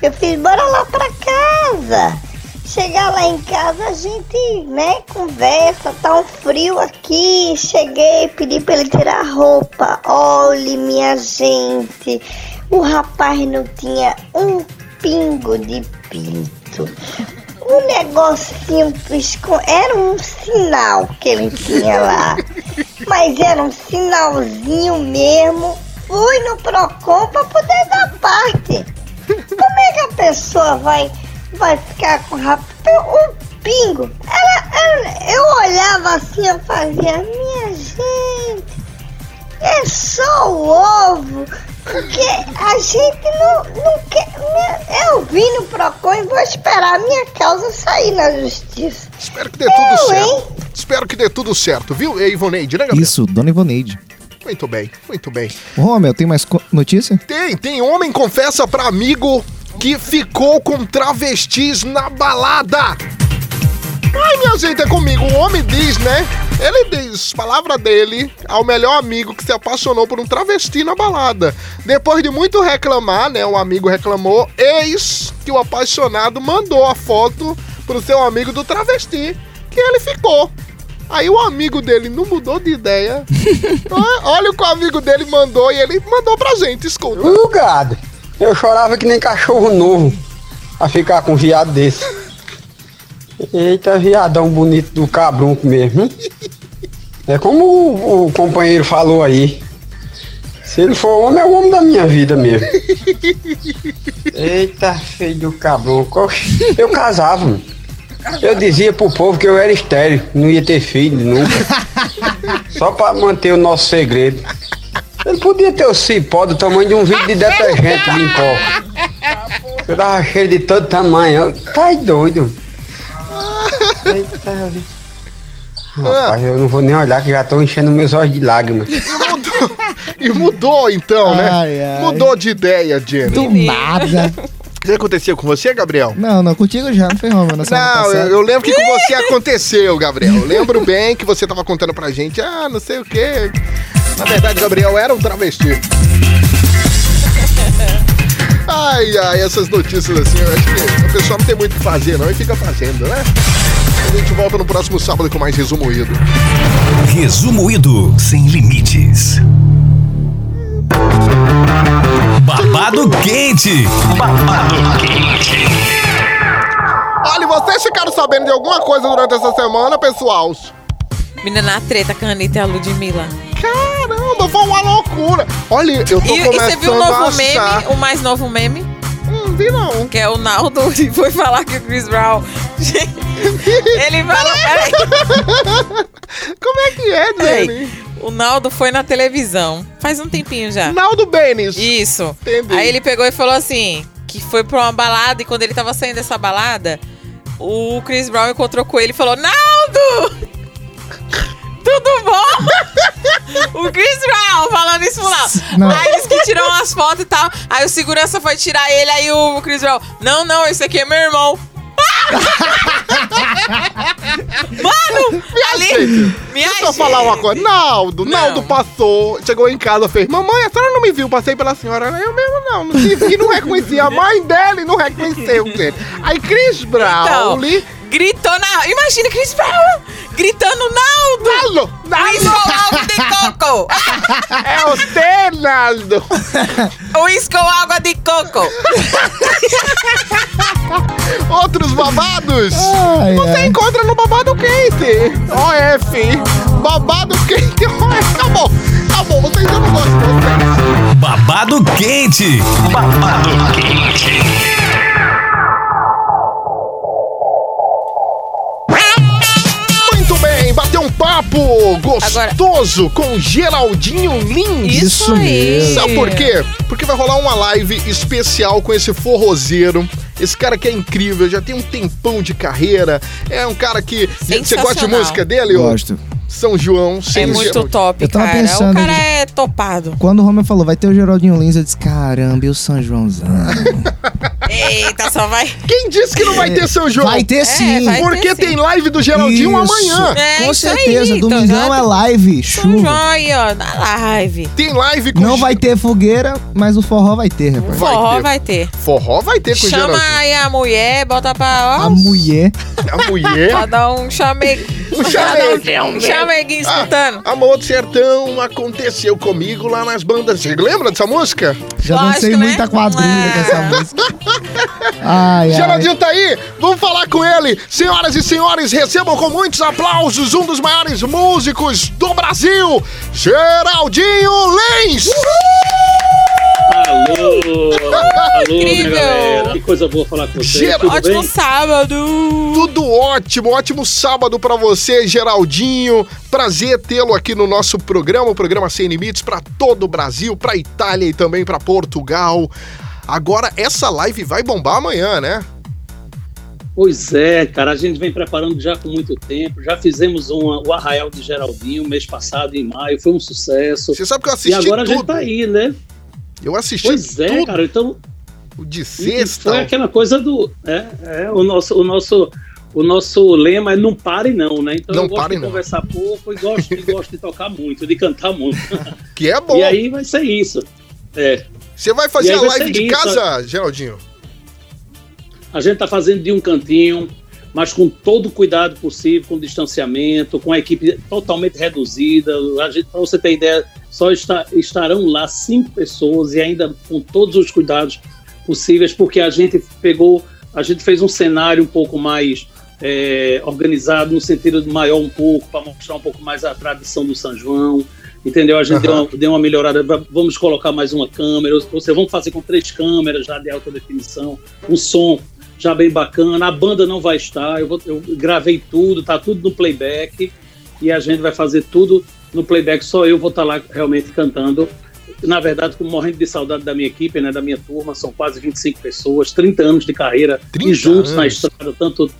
S9: Eu fiz, bora lá pra casa. Chegar lá em casa, a gente, né, conversa, tá um frio aqui. Cheguei, pedi pra ele tirar a roupa. Olhe, minha gente, o rapaz não tinha um pingo de pinto. Um negocinho esco- era um sinal que ele tinha lá. Mas era um sinalzinho mesmo. fui no Procon pra poder dar parte. Como é que a pessoa vai, vai ficar com rapel? O pingo. Ela, ela- eu olhava assim, eu fazia, minha gente, é só o ovo. Porque a gente não, não quer. minha- eu vim no Procon e vou esperar a minha causa sair na justiça.
S2: Espero que dê tudo
S9: Eu, hein?
S2: certo. Espero que dê tudo certo, viu, Ei, Ivoneide, né, Gabriel?
S4: Isso, Dona Ivoneide.
S2: Muito bem, muito bem.
S4: Romeu, tem mais co- notícia?
S2: Tem, tem. Homem confessa pra amigo que ficou com travestis na balada. Ai, minha gente, é comigo. O homem diz, né? Ele diz, palavra dele, ao melhor amigo que se apaixonou por um travesti na balada. Depois de muito reclamar, né? O amigo reclamou, eis que o apaixonado mandou a foto pro seu amigo do travesti, que ele ficou. Aí o amigo dele não mudou de ideia. Ó, Olha o que o amigo dele mandou e ele mandou pra gente, escuta.
S10: Ô, gado, eu chorava que nem cachorro novo a ficar com um viado desse. Eita, viadão bonito do cabrunco mesmo. hein? É como o, o companheiro falou aí. Se ele for homem, é o homem da minha vida mesmo. Eita, feio do cabrunco. Oxi, Eu casava. mano. Eu dizia pro povo que eu era estéreo, não ia ter filho nunca. Só pra manter o nosso segredo. Ele podia ter o cipó do tamanho de um vidro de detergente de pó. Eu tava cheio de todo tamanho. Tá doido. Eita, vi- Rapaz, eu não vou nem olhar que já tô enchendo meus olhos de lágrimas.
S2: E mudou então, né?
S4: Ai, ai.
S2: Mudou de ideia, Jenny.
S4: Do nada.
S2: O que aconteceu com você, Gabriel?
S4: Não, não, contigo já, não tá foi Romeu, na semana
S2: Não, eu,
S4: passada.
S2: eu lembro que com você aconteceu, Gabriel. Eu lembro bem que você tava contando pra gente, ah, não sei o quê. Na verdade, Gabriel era um travesti. Ai, ai, essas notícias assim, eu acho que o pessoal não tem muito o que fazer, não, e fica fazendo, né? A gente volta no próximo sábado com mais resumo ido.
S1: Resumo Ido Sem Limites. Babado quente. Babado quente.
S2: Olha, vocês ficaram sabendo de alguma coisa durante essa semana, pessoal?
S3: Menina na treta, com a Anitta e a Ludmilla.
S2: Caramba, foi uma loucura. Olha, eu tô
S3: E, e
S2: começando
S3: você viu o
S2: a
S3: novo
S2: achar...
S3: meme, o mais novo meme?
S2: Não vi não.
S3: Que é o Naldo e foi falar que o Chris Brown. Ele fala. Peraí.
S2: Como é que é,
S3: Peraí.
S2: Jenny?
S3: O Naldo foi na televisão. Faz um tempinho já.
S2: Naldo Benes.
S3: Isso.
S2: Entendi.
S3: Aí ele pegou e falou assim: que foi pra uma balada e quando ele tava saindo dessa balada, o Chris Brown encontrou com ele e falou: Naldo! Tudo bom? o Chris Brown falando isso lá.
S4: Não.
S3: Aí eles que tiram as fotos e tal. Aí o segurança foi tirar ele, aí o Chris Brown. Não, não, esse aqui é meu irmão. Mano, ali. Minha
S2: Deixa eu falar uma coisa. Naldo,
S3: Não.
S2: Naldo passou, chegou em casa, fez: Mamãe, a senhora não me viu, passei pela senhora. Eu mesmo não, não te vi, não reconheci. A mãe dele não reconheceu dele. Aí Chris
S3: Então,
S2: Brown. Então.
S3: gritou na. Imagina Chris Brown gritando Naldo!
S2: Naldo!
S3: Luiz
S2: Naldo!
S3: Algo de coco!
S2: É você, Naldo!
S3: Luiz com água de coco!
S2: Outros babados!
S4: Ai,
S2: Você
S4: ai.
S2: encontra no Babado Quente! OF! Babado Quente! OF! Acabou! Acabou! Vocês já não gostam! vocês.
S1: Babado quente. Babado quente.
S2: Muito bem! Bateu um papo gostoso com Geraldinho Lins!
S4: Isso mesmo.
S2: Sabe por quê? Porque vai rolar uma live especial com esse forrozeiro. Esse cara que é incrível, já tem um tempão de carreira. É um cara que. Você
S3: Sensacional.
S2: gosta de música dele, ô?
S4: Gosto.
S2: São João,
S3: É
S2: sem
S3: muito top,
S4: Eu tava
S3: cara.
S4: pensando
S3: o cara
S4: de-
S3: é topado.
S4: Quando o Romeu falou, vai ter o Geraldinho Lins, eu disse, caramba, e o São Joãozão?
S3: Eita, só vai.
S2: Quem disse que não vai ter São João?
S4: É, Vai ter sim.
S3: É, vai
S2: Porque
S3: ter sim.
S2: tem live do Geraldinho
S4: Isso.
S2: amanhã.
S3: É,
S4: Com
S3: isso aí,
S4: certeza,
S3: então
S4: domingão
S3: já-
S4: é live,
S3: São João
S4: chuva.
S3: aí, ó, na live.
S2: Tem live com
S4: Não
S2: Ge-
S4: vai ter fogueira, mas o forró vai ter, rapaz.
S2: Vai
S3: Forró
S2: ter.
S3: vai ter.
S2: Forró vai ter com o
S3: Chama
S2: Geraldinho.
S3: aí a mulher, bota pra. Ó,
S4: A mulher.
S2: A mulher.
S3: pra dar um chameguinho.
S2: o chameguinho.
S3: chameguinho escutando.
S2: Amor do Ah, Sertão aconteceu. Aconteceu comigo lá nas bandas. Você lembra dessa música?
S4: Já dancei muita quadrilha com essa música. Ai, ai.
S2: Geraldinho tá aí, vamos falar com ele. Senhoras e senhores, recebam com muitos aplausos um dos maiores músicos do Brasil, Geraldinho Lins.
S11: Alô! Alô, minha
S2: Incrível!
S11: galera! Que coisa boa falar com vocês, tudo bem?
S2: sábado! Tudo ótimo, ótimo sábado pra você, Geraldinho. Prazer tê-lo aqui no nosso programa, o programa Sem Limites, pra todo o Brasil, pra Itália e também pra Portugal. Agora, essa live vai bombar amanhã, né?
S11: Pois é, cara, a gente vem preparando já com muito tempo. Já fizemos uma, o Arraial de Geraldinho mês passado, em maio, foi um sucesso. Você
S2: sabe que eu assisti
S11: E agora a
S2: tudo.
S11: gente tá aí, né?
S2: Eu assisti
S11: Pois é,
S2: tudo.
S11: cara, então...
S2: O de
S11: sexta... Foi aquela coisa do... É, é, o nosso... O nosso o nosso lema é não pare não, né? Então
S2: Não
S11: eu gosto
S2: pare
S11: de
S2: não.
S11: conversar pouco e gosto, e gosto de tocar muito, de cantar muito.
S2: Que é bom.
S11: E aí vai ser isso. É.
S2: Você vai
S11: E
S2: fazer
S11: aí
S2: a
S11: vai
S2: live
S11: ser
S2: de
S11: isso, né?
S2: casa, Geraldinho?
S11: A gente está fazendo de um cantinho, mas com todo o cuidado possível, com distanciamento, com a equipe totalmente reduzida. Para você ter ideia, só está- estarão lá cinco pessoas e ainda com todos os cuidados possíveis, porque a gente pegou, a gente fez um cenário um pouco mais é, organizado, no sentido de maior um pouco, para mostrar um pouco mais a tradição do São João. Entendeu? A gente deu, uma, deu uma melhorada. va- Vamos colocar mais uma câmera. Ou seja, vamos fazer com três câmeras já de alta definição. Um som já bem bacana. A banda não vai estar. Eu, vou- eu gravei tudo, tá tudo no playback. E a gente vai fazer tudo no playback. Só eu vou estar lá realmente cantando. Na verdade, tô morrendo de saudade da minha equipe, né, da minha turma. São quase 25 pessoas, 30 anos de carreira. E juntos na
S12: anos.
S11: estrada, tanto.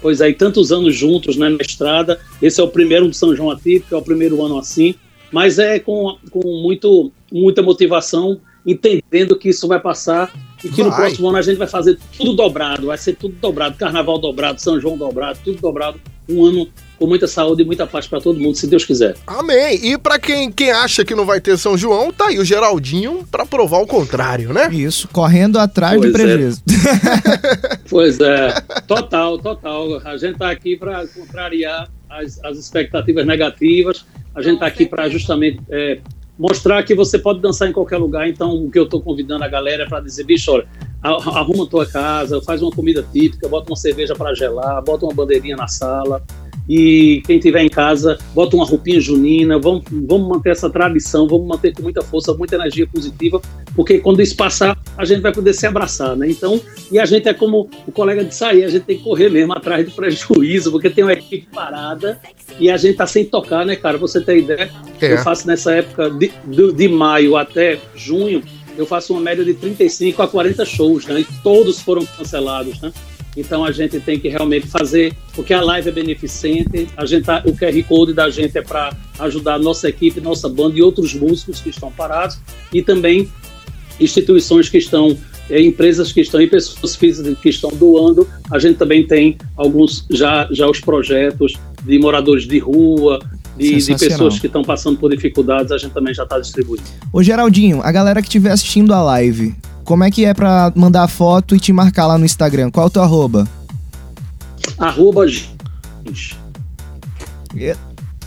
S11: Pois aí, tantos anos juntos né, na estrada. Esse é o primeiro do São João Atípico, é o primeiro ano assim. Mas é com, com muito, muita motivação, entendendo que isso vai passar e que no
S12: Vai.
S11: próximo ano a gente vai fazer tudo dobrado, vai ser tudo dobrado, carnaval dobrado, São João dobrado, tudo dobrado, um ano com muita saúde e muita paz para todo mundo, se Deus quiser.
S2: Amém. E pra quem, quem acha que não vai ter São João, tá aí o Geraldinho pra provar o contrário, né?
S4: Isso, correndo atrás do
S11: Pois é.
S4: prejuízo.
S11: Pois é, total, total. A gente está aqui para contrariar as, as expectativas negativas. A gente está aqui para justamente é, mostrar que você pode dançar em qualquer lugar. Então, o que eu estou convidando a galera é para dizer, bicho, olha, a- arruma tua casa, faz uma comida típica, bota uma cerveja para gelar, bota uma bandeirinha na sala. E quem tiver em casa, bota uma roupinha junina, vamos, vamos manter essa tradição, vamos manter com muita força, muita energia positiva, porque quando isso passar, a gente vai poder se abraçar, né? Então, e a gente é como o colega de sair, a gente tem que correr mesmo atrás do prejuízo, porque tem uma equipe parada e a gente tá sem tocar, né, cara? Você tem ideia?
S12: É.
S11: Eu faço nessa época de, de, de maio até junho, eu faço uma média de 35 a 40 shows, né? E todos foram cancelados, né? Então a gente tem que realmente fazer, porque a live é beneficente, a gente tá- o QR Code da gente é para ajudar a nossa equipe, nossa banda e outros músicos que estão parados, e também instituições que estão, eh, empresas que estão e pessoas físicas que estão doando. A gente também tem alguns já, já os projetos de moradores de rua, de, de
S4: Sensacional.
S11: pessoas que estão passando por dificuldades, a gente também já está distribuindo.
S4: Ô Geraldinho, a galera que estiver assistindo a live, como é que é pra mandar foto e te marcar lá no Instagram? Qual é o teu arroba?
S11: Arroba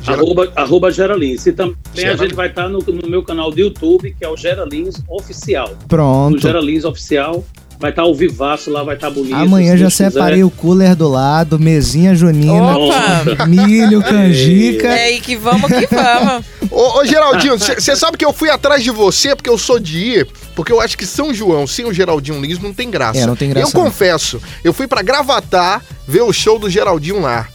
S11: Arroba, arroba Geralins. E também
S4: É. Geralins.
S11: a gente vai estar no, no meu canal do YouTube, que é o Geralins Oficial.
S4: Pronto.
S11: No Geralins Oficial. Vai estar o vivaço lá, vai estar bonito.
S4: Amanhã
S11: se
S4: já
S11: Deus quiser.
S4: separei o cooler do lado, mesinha junina,
S11: Opa!
S4: milho, canjica.
S3: É aí que vamos que vamos.
S2: Ô, ô, Geraldinho, você sabe que eu fui atrás de você porque eu sou de ir, porque eu acho que São João sem o Geraldinho Lins não tem graça.
S4: É, não tem graça,
S2: Eu confesso, eu fui pra Gravatar ver o show do Geraldinho lá.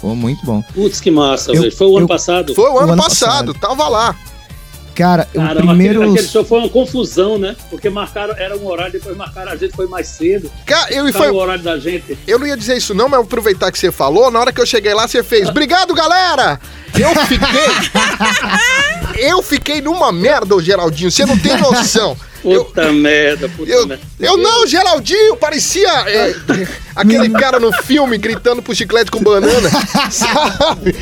S4: Pô, muito bom.
S11: Putz, que massa,
S4: Eu-
S11: velho. Foi o ano
S4: eu-
S11: passado.
S2: Foi o ano, passado, tá? tava lá.
S4: Cara,
S11: Caramba,
S4: o primeiro.
S11: aquele, aquele show foi uma confusão, né? Porque marcaram, era um horário, depois marcaram a gente, foi mais cedo.
S2: Cara, eu e
S11: Tava
S2: foi-
S11: o Tá horário da gente.
S2: Eu não ia dizer isso não, mas eu aproveitar que você falou, na hora que eu cheguei lá, você fez, obrigado, galera! Eu fiquei... eu fiquei numa merda, ô Geraldinho, você não tem noção.
S11: Puta merda, puta merda.
S2: Eu não, Geraldinho, parecia é, aquele cara no filme gritando pro chiclete com banana, sabe?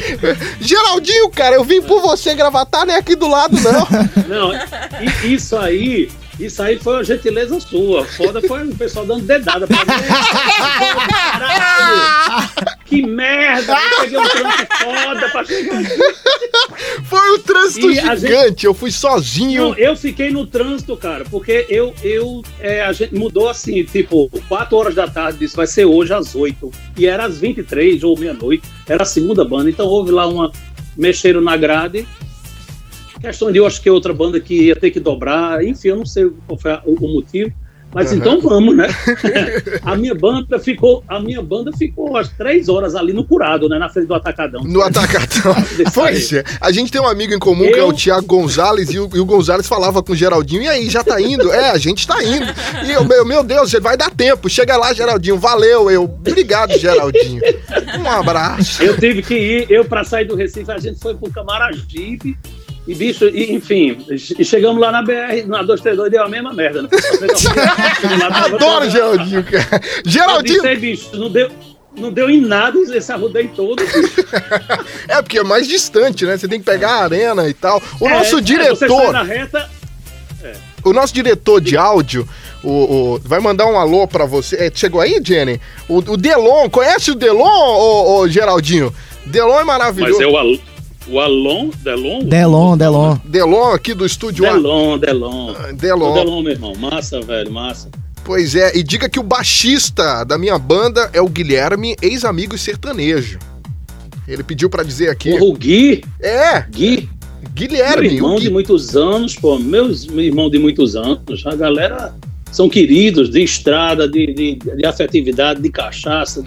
S2: Geraldinho, cara, eu vim por você gravatar, nem aqui do lado, não.
S11: Não, i- isso aí, isso aí foi uma gentileza sua. Foda foi o pessoal dando dedada pra mim. Caralho! Que merda! Eu peguei um trampo foda pra chegar aqui.
S2: Foi um trânsito trânsito
S11: E a
S2: gigante, eu fui sozinho.
S11: Não, eu fiquei no trânsito, cara, porque eu, eu é, a gente mudou assim, tipo, 4 horas da tarde, disse, vai ser hoje às 8. E era às 23 ou meia-noite, era a segunda banda. Então houve lá uma. Mexeram na grade. Questão de eu acho que é outra banda que ia ter que dobrar, enfim, eu não sei qual foi a- o, o motivo. Mas
S2: Aham.
S11: então vamos, né? a minha banda ficou, a minha banda ficou às três horas ali no curado, né? Na frente do atacadão.
S2: No atacadão. Pois é. A gente tem um amigo em comum que é o
S11: Eu-
S2: Tiago Gonzalez e o, e o Gonzalez falava com o Geraldinho, e aí, já tá indo? é, a gente tá indo. E eu, meu, meu Deus, vai dar tempo. Chega lá, Geraldinho. Valeu, eu. Obrigado, Geraldinho. Um abraço.
S11: Eu tive que ir, eu para sair do Recife, a gente foi pro Camaragibe. E bicho, e, enfim, che- chegamos lá na BR, na 232 deu a mesma merda. Né?
S2: Adoro Geraldinho, cara. Geraldinho.
S11: Eu disse, "Ei, bicho, não deu, não deu em nada essa rodada em todo. bicho."
S2: É, porque é mais distante, né? Você tem que pegar a arena e tal. O
S11: É,
S2: nosso
S11: é, Você
S2: diretor.
S11: sai na reta,
S2: O nosso diretor de áudio o, o- vai mandar um alô pra você. É, chegou aí, Jenny? O, o Delon, conhece o Delon, ô, ô, Geraldinho? Delon é maravilhoso.
S11: mas é o, Al, o Alon, Delon?
S4: Delon, Delon.
S2: Delon aqui do estúdio A. Ah,
S11: Delon, Delon.
S2: Delon.
S11: O Delon, meu irmão. Massa, velho, massa.
S2: Pois é, e diga que o baixista da minha banda é o Guilherme, ex-amigo e sertanejo. Ele pediu pra dizer aqui.
S11: Porra, o Gui.
S2: É,
S11: Gui.
S2: Guilherme.
S11: Meu
S2: o
S11: irmão
S2: Gui-
S11: de muitos anos, pô. Meus, meu irmão de muitos anos. A galera são queridos de estrada, de, de, de afetividade, de cachaça.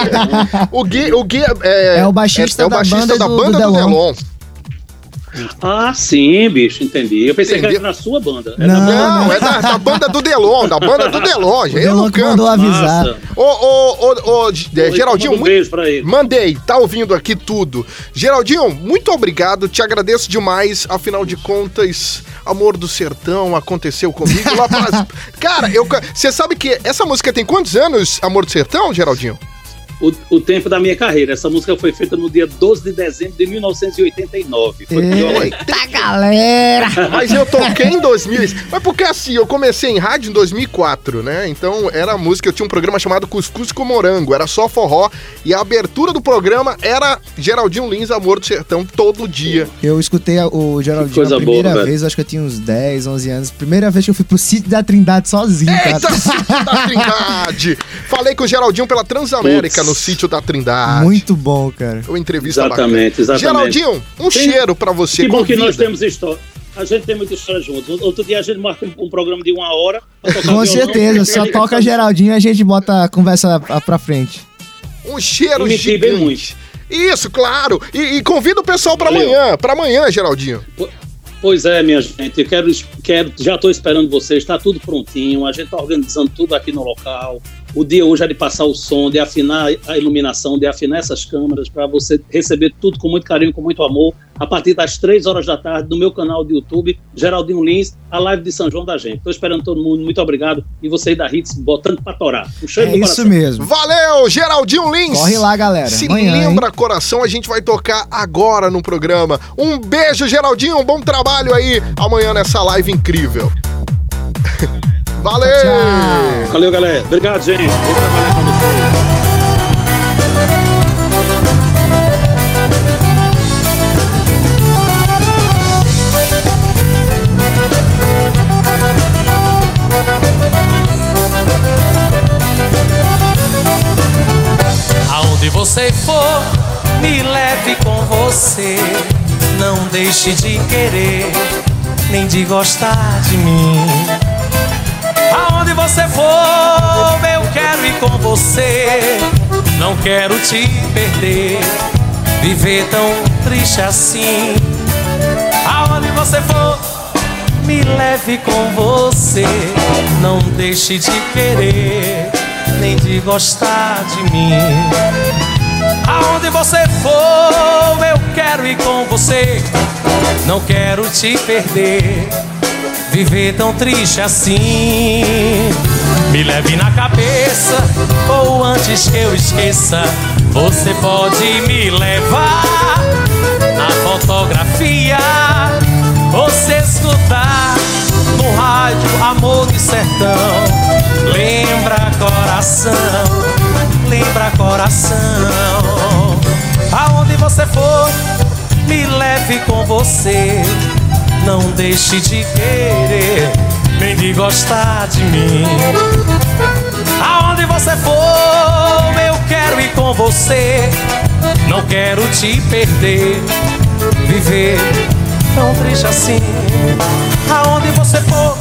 S2: o Gui, o Gui é,
S4: É o baixista
S2: é o
S4: da
S2: baixista
S4: banda
S2: da
S4: do-
S2: banda
S4: do
S2: do
S4: Delon.
S2: Delon.
S11: ah, sim, bicho, entendi. Eu pensei que
S2: Entendeu?
S11: era na sua banda.
S4: Não,
S2: Não, é da, da banda do Delon, da banda do Delon, gente. Eu
S4: Delon
S2: não
S4: que
S2: canto.
S4: mandou avisar.
S11: Massa.
S2: Ô, ô, ô, ô, G- é,
S11: Pô,
S2: Geraldinho,
S11: manda
S2: muito...
S11: um beijo pra ele.
S2: mandei, tá ouvindo aqui tudo. Geraldinho, muito obrigado, te agradeço demais. Afinal de contas, Amor do Sertão aconteceu comigo lá pra... Cara, eu ca- você sabe que essa música tem quantos anos, Amor do Sertão, Geraldinho?
S11: O, o tempo da minha carreira. Essa música foi feita no dia 12 de dezembro de 1989. Foi pior ainda.
S4: Eita, galera!
S2: Mas eu toquei em 2000. Mas porque assim, eu comecei em rádio em 2004, né? Então era música. Eu tinha um programa chamado Cuscuz com Morango. Era só forró. E a abertura do programa era Geraldinho Lins, Amor do Sertão, todo dia.
S4: Eu escutei a- o
S11: Que
S4: Geraldinho
S11: coisa
S4: a primeira
S11: boa, velho.
S4: vez, acho que eu tinha uns 10, 11 anos. Primeira vez que eu fui pro sítio da Trindade sozinho, cara.
S2: Eita, Sítio da Trindade! Falei com o Geraldinho pela Transamérica
S11: Putz.
S2: no Sítio da Trindade.
S4: Muito bom, cara.
S2: Uma entrevista
S11: Exatamente,
S2: bacana.
S11: exatamente.
S2: Geraldinho, um
S11: Tem-
S2: cheiro pra você.
S11: que bom que nós
S2: convida.
S11: temos história. A gente tem muita história juntos. Outro dia a gente marca um programa de uma hora. pra tocar
S4: Com
S11: violão.
S4: certeza, só toca Geraldinho e a gente bota a conversa a- pra frente.
S2: Um cheiro
S11: Me tive
S2: gigante.
S11: muito.
S2: Isso, claro. E, e convida o pessoal pra
S11: Valeu.
S2: amanhã. Pra amanhã, Geraldinho.
S11: Pois é, minha gente, eu quero, quero já estou esperando vocês, está tudo prontinho, a gente está organizando tudo aqui no local. O dia hoje é de passar o som, de afinar a iluminação, de afinar essas câmeras, para você receber tudo com muito carinho, com muito amor, a partir das três horas da tarde, no meu canal do YouTube, Geraldinho Lins, a live de São João da gente. Estou esperando todo mundo, muito obrigado. E você aí da Hits, botando para torar. Um cheiro
S4: É
S11: no
S4: isso
S11: coração.
S4: mesmo.
S2: Valeu, Geraldinho Lins.
S4: Corre lá, galera.
S2: Se
S4: Amanhã, hein?
S2: lembra, coração, a gente vai tocar agora no programa. Um beijo, Geraldinho, um bom trabalho aí amanhã nessa live incrível. Valeu!
S4: Tchau.
S11: Valeu, galera. Obrigado, gente. Vou trabalhar com vocês.
S12: Aonde você for, me leve com você. Não deixe de querer, nem de gostar de mim. Aonde você for, eu quero ir com você. Não quero te perder, viver tão triste assim. Aonde você for, me leve com você. Não deixe de querer, nem de gostar de mim. Aonde você for, eu quero ir com você. Não quero te perder, viver tão triste assim. Me leve na cabeça, ou antes que eu esqueça, você pode me levar na fotografia. Você escutar no rádio Amor de Sertão. Lembra coração, lembra coração. Aonde você for, me leva leve com você. Não deixe de querer, nem de gostar de mim. Aonde você for, eu quero ir com você. Não quero te perder, viver tão triste assim. Aonde você for,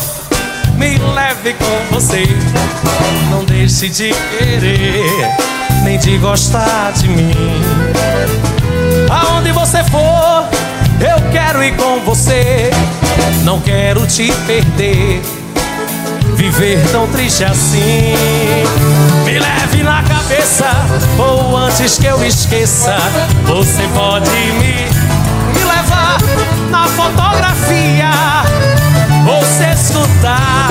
S12: me leve com você. Não deixe de querer, nem de gostar de mim. Aonde você for, eu quero ir com você. Não quero te perder, viver tão triste assim. Me leve na cabeça, ou antes que eu esqueça, você pode me, me levar na fotografia. Você escutar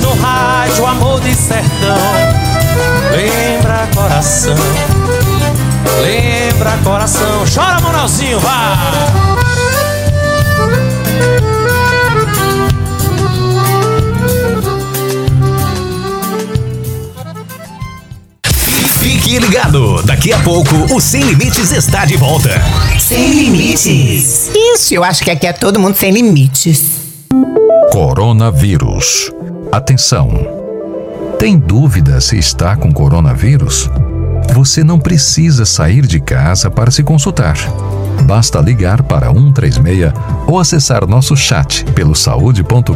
S12: no rádio Amor de Sertão. Lembra coração, lembra coração. Chora, Moralzinho, vá!
S1: Fique ligado, daqui a pouco o Sem Limites está de volta.
S13: Sem limites. Isso, eu acho que aqui é todo mundo sem limites.
S14: Coronavírus. Atenção! Tem dúvida se está com coronavírus? Você não precisa sair de casa para se consultar. Basta ligar para 136 ou acessar nosso chat pelo saude.gov.br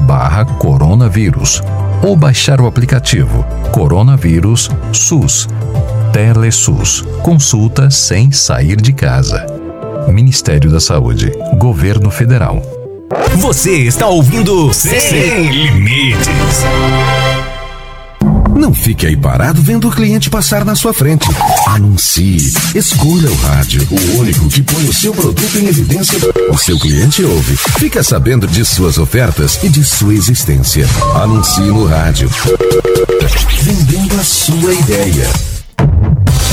S14: barra coronavírus ou baixar o aplicativo Coronavírus SUS. TeleSUS. Consulta sem sair de casa. Ministério da Saúde. Governo Federal.
S1: Você está ouvindo Sem Limites.
S15: Não fique aí parado vendo o cliente passar na sua frente. Anuncie. Escolha o rádio, o único que põe o seu produto em evidência. O seu cliente ouve. Fica sabendo de suas ofertas e de sua existência. Anuncie no rádio. Vendendo a sua ideia.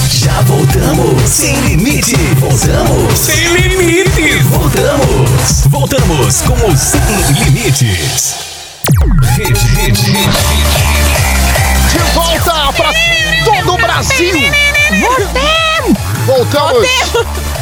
S1: Já voltamos. Sem limite. Voltamos. Sem limite. Voltamos. Voltamos com o Sem Limites. Rede, rede,
S2: De volta pra todo o Brasil! Voltamos!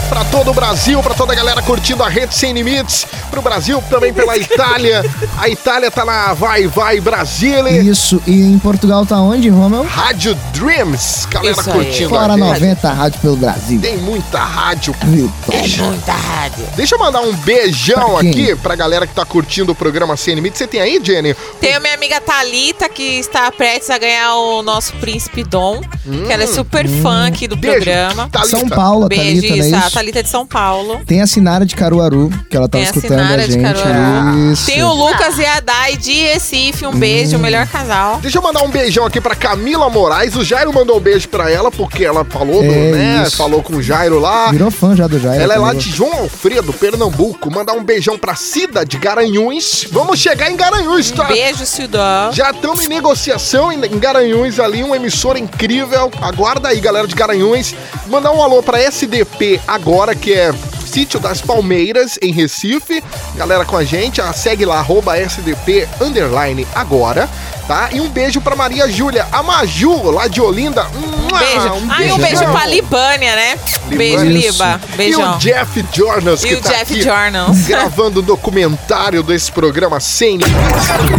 S2: Pra todo o Brasil, pra toda a galera curtindo a Rede Sem Limites, pro Brasil também pela Itália. A Itália tá na Vai Vai Brasile.
S4: Isso, e em Portugal tá onde, Romeu?
S2: Rádio Dreams, galera
S4: Isso aí.
S2: curtindo
S4: Fora
S2: a gente.
S4: 90, rádio pelo Brasil.
S2: Tem muita rádio.
S4: Tem
S2: muita rádio. Tá Deixa eu mandar um beijão
S4: Pra quem?
S2: aqui pra galera que tá curtindo o programa Sem Limites. Você tem aí, Jenny?
S3: Tem a minha amiga Thalita, que está prestes a ganhar o nosso príncipe Dom, que ela é
S2: Hum.
S3: super fã aqui do
S4: Beijo,
S3: programa.
S4: Thalita. São Paulo, a
S3: Beijo,
S4: Thalita, não é
S3: isso, a
S4: isso?
S3: Thalita é de São Paulo.
S4: Tem a Sinara de Caruaru, que ela
S3: Tem a
S4: tava escutando a,
S3: Sinara de
S4: gente.
S3: Caruaru.
S4: Isso. Hum.
S3: Tem o Lucas e a Dai de Recife, um beijo, o melhor casal.
S2: Deixa eu mandar um beijão aqui pra Camila Moraes. O Jairo mandou um beijo pra ela, porque ela falou, do,
S4: É
S2: né?
S4: isso.
S2: Falou com o Jairo lá.
S4: Virou fã já do Jair.
S2: Ela é lá
S4: entendeu?
S2: de João Alfredo, Pernambuco. Mandar um beijão pra Cida de Garanhuns. Vamos chegar em Garanhuns, tá?
S3: beijo, Cida.
S2: Já estamos em negociação em em Garanhuns ali, uma emissora incrível. Aguarda aí, galera de Garanhuns. Mandar um alô pra SDP agora, que é Sítio das Palmeiras, em Recife. Galera com a gente, ah, segue lá, arroba SDP underline agora, tá? E um beijo pra Maria Júlia, a Maju, lá de Olinda. Mua,
S3: Beijo. Ai, um beijo pra Libânia, né? Beijo, Liba.
S2: E
S3: Beijão.
S2: o Jeff Jornas,
S3: E
S2: que
S3: o
S2: tá
S3: Jeff
S2: aqui
S3: Jornas.
S2: gravando o documentário desse programa Sem Limites.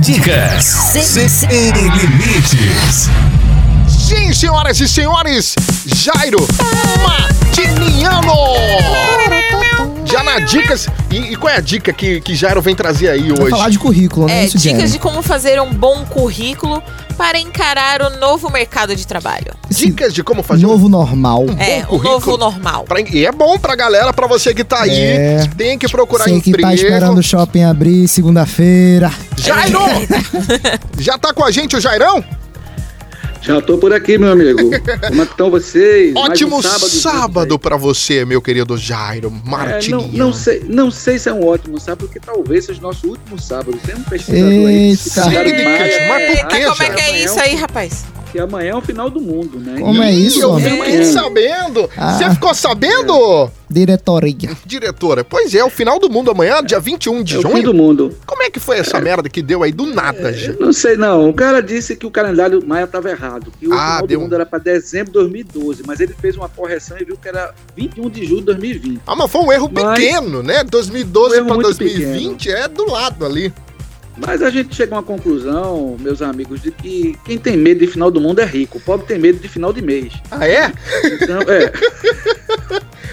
S1: Dicas Sem, Limites.
S2: Sim, senhoras e senhores, Jairo Matiniano! Já na dicas. E, e qual é a dica que, que Jairo vem trazer aí
S4: Vai
S2: hoje?
S4: falar de currículo, né?
S3: É,
S4: isso,
S3: dicas
S4: Jenny?
S3: de como fazer um bom currículo para encarar o novo mercado de trabalho.
S2: Dicas de como fazer um
S4: Novo normal.
S3: É, o novo normal.
S2: Pra- e é bom pra galera, pra você que tá aí.
S4: É.
S2: Tem que procurar
S4: Sei que
S2: emprego.
S4: tá esperando o shopping abrir segunda-feira.
S2: Jairo!
S3: É.
S2: Já tá com a gente o Jairão?
S16: Já tô por aqui, meu amigo. Como é que estão vocês? Mais um
S2: Ótimo sábado,
S16: junto.
S2: pra você, meu querido Jairo
S16: É,
S2: Martiniano.
S16: não, não sei, não sei se é um ótimo sábado, porque talvez seja o nosso último sábado. Tem um pesquisador aí.
S4: Eita.
S16: Ricardo Maia,
S3: Eita, como é que é isso aí, rapaz?
S16: é que amanhã é o final do mundo, né?
S4: Como é isso,
S16: eu
S4: homem?
S16: vi
S4: É.
S16: amanhã.
S2: Sabendo! Você
S4: Ah. É.
S2: ficou sabendo?
S4: Diretoria.
S2: Diretora, pois é, o final do mundo amanhã, dia 21 de
S16: É o fim
S2: junho.
S16: do mundo. É,
S2: Como é que foi essa merda que deu aí do nada, gente?
S16: Não sei não. O cara disse que o calendário maia estava errado, que o
S2: Ah,
S16: final
S2: deu
S16: do
S2: um-
S16: mundo era para dezembro de 2012, mas ele fez uma correção e viu que era 21 de julho de 2020.
S2: Ah, mas foi um erro
S16: Mas-
S2: pequeno, né? 2012
S16: Um erro
S2: pra
S16: muito
S2: 2020 é do lado ali.
S16: Mas a gente chega a uma conclusão, meus amigos, de que quem tem medo de final do mundo é rico. O pobre tem medo de final de mês.
S2: Ah, é?
S16: Então, é.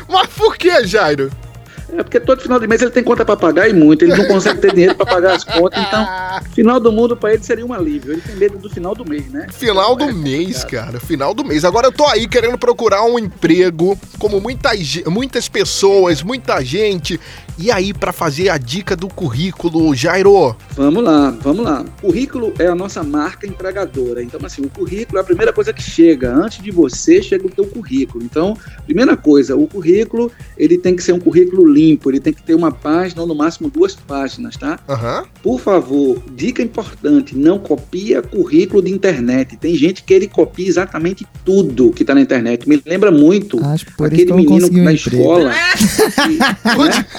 S2: Mas por que, Jairo?
S16: É porque todo final de mês ele tem conta pra pagar e muito. Ele não consegue ter dinheiro pra pagar as contas. Então, final do mundo pra ele seria um alívio. Ele tem medo do final do mês, né?
S2: Final do mês, cara. Final do mês. Agora eu tô aí querendo procurar um emprego, como muita, ge- muitas pessoas, muita gente. E aí, pra fazer a dica do currículo, Jairo?
S16: Vamos lá, vamos lá. Currículo é a nossa marca empregadora. Então, assim, o currículo é a primeira coisa que chega. Antes de você, chega o teu currículo. Então, primeira coisa, o currículo, ele tem que ser um currículo limpo. Ele tem que ter uma página ou, no máximo, duas páginas, tá?
S2: Aham.
S16: Por favor, dica importante, não copia currículo de internet. Tem gente que ele copia exatamente tudo que tá na internet. Me lembra muito aquele
S4: isso que eu não
S16: menino
S4: consegui um
S16: na
S4: emprego.
S16: escola. né?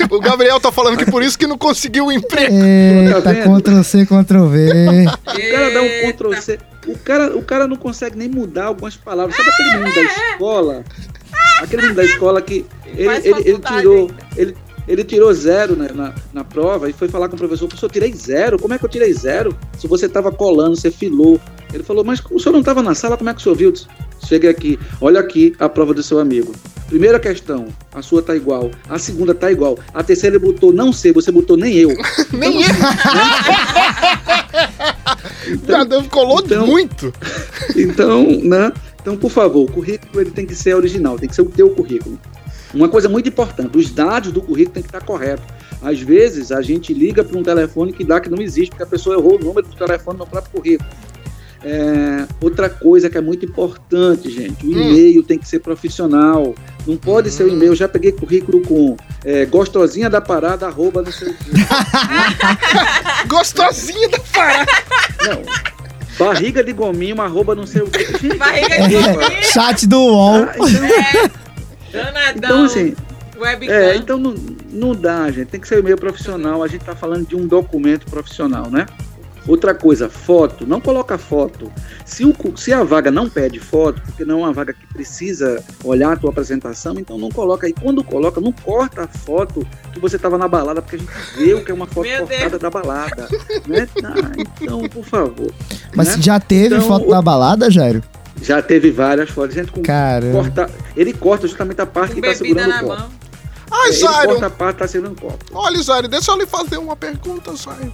S2: O Gabriel tá falando que por isso que não conseguiu o emprego.
S16: Tá
S4: Eita, Ctrl C, Ctrl V.
S16: O cara dá um Ctrl C. O cara, o cara não consegue nem mudar algumas palavras. Sabe aquele menino da escola? Aquele menino da escola que ele,
S3: Faz
S16: ele- ele
S3: faculdade
S16: tirou. Ele, ele tirou zero na, na, na prova e foi falar com o professor: professor, eu tirei zero? Como é que eu tirei zero? Se você estava colando, você filou. Ele falou: mas o senhor não estava na sala, como é que o senhor viu? Eu disse, Cheguei aqui, olha aqui a prova do seu amigo. Primeira questão, a sua tá igual. A segunda tá igual. A terceira ele botou não sei, você botou nem eu.
S2: Nem ele. Então, colou muito.
S16: Então, né? Então, por favor, o currículo ele tem que ser original, tem que ser o teu currículo. Uma coisa muito importante, os dados do currículo tem que estar correto. Às vezes a gente liga para um telefone que dá que não existe, porque a pessoa errou o número do telefone no próprio currículo. É, outra coisa que é muito importante, gente, o e-mail tem que ser profissional. Não pode ser o e-mail. Eu já peguei currículo com é, gostosinha da parada, arroba, não sei o quê.
S2: Gostosinha da parada.
S16: Não. Barriga de gominho, arroba, não sei o quê. Gente, é.
S3: Barriga de
S16: desculpa.
S3: gominho.
S4: É. Chat do UOL.
S16: Ah, é.
S3: Danadão.
S16: Então, assim,
S3: Webcam.
S16: É, então não, não dá, gente. Tem que ser um e-mail profissional. A gente tá falando de um documento profissional, né? Outra coisa, foto. Não coloca foto. Se, o, cu- se a vaga não pede foto, porque não é uma vaga que precisa olhar a tua apresentação, então não coloca. E quando coloca, não corta a foto que você tava na balada, porque a gente vê o que é uma foto cortada da balada. né? Ah, então, por favor.
S4: Mas
S16: né?
S4: já teve
S16: Então,
S4: foto da balada, Jairo?
S16: Já teve várias fotos. Gente, com
S4: Caramba.
S16: corta, ele corta justamente a parte que tá segurando o copo.
S2: Ai,
S16: Ele
S2: Jairo.
S16: corta a parte que tá segurando o copo.
S2: Olha, Jairo, deixa eu lhe fazer uma pergunta, Jairo.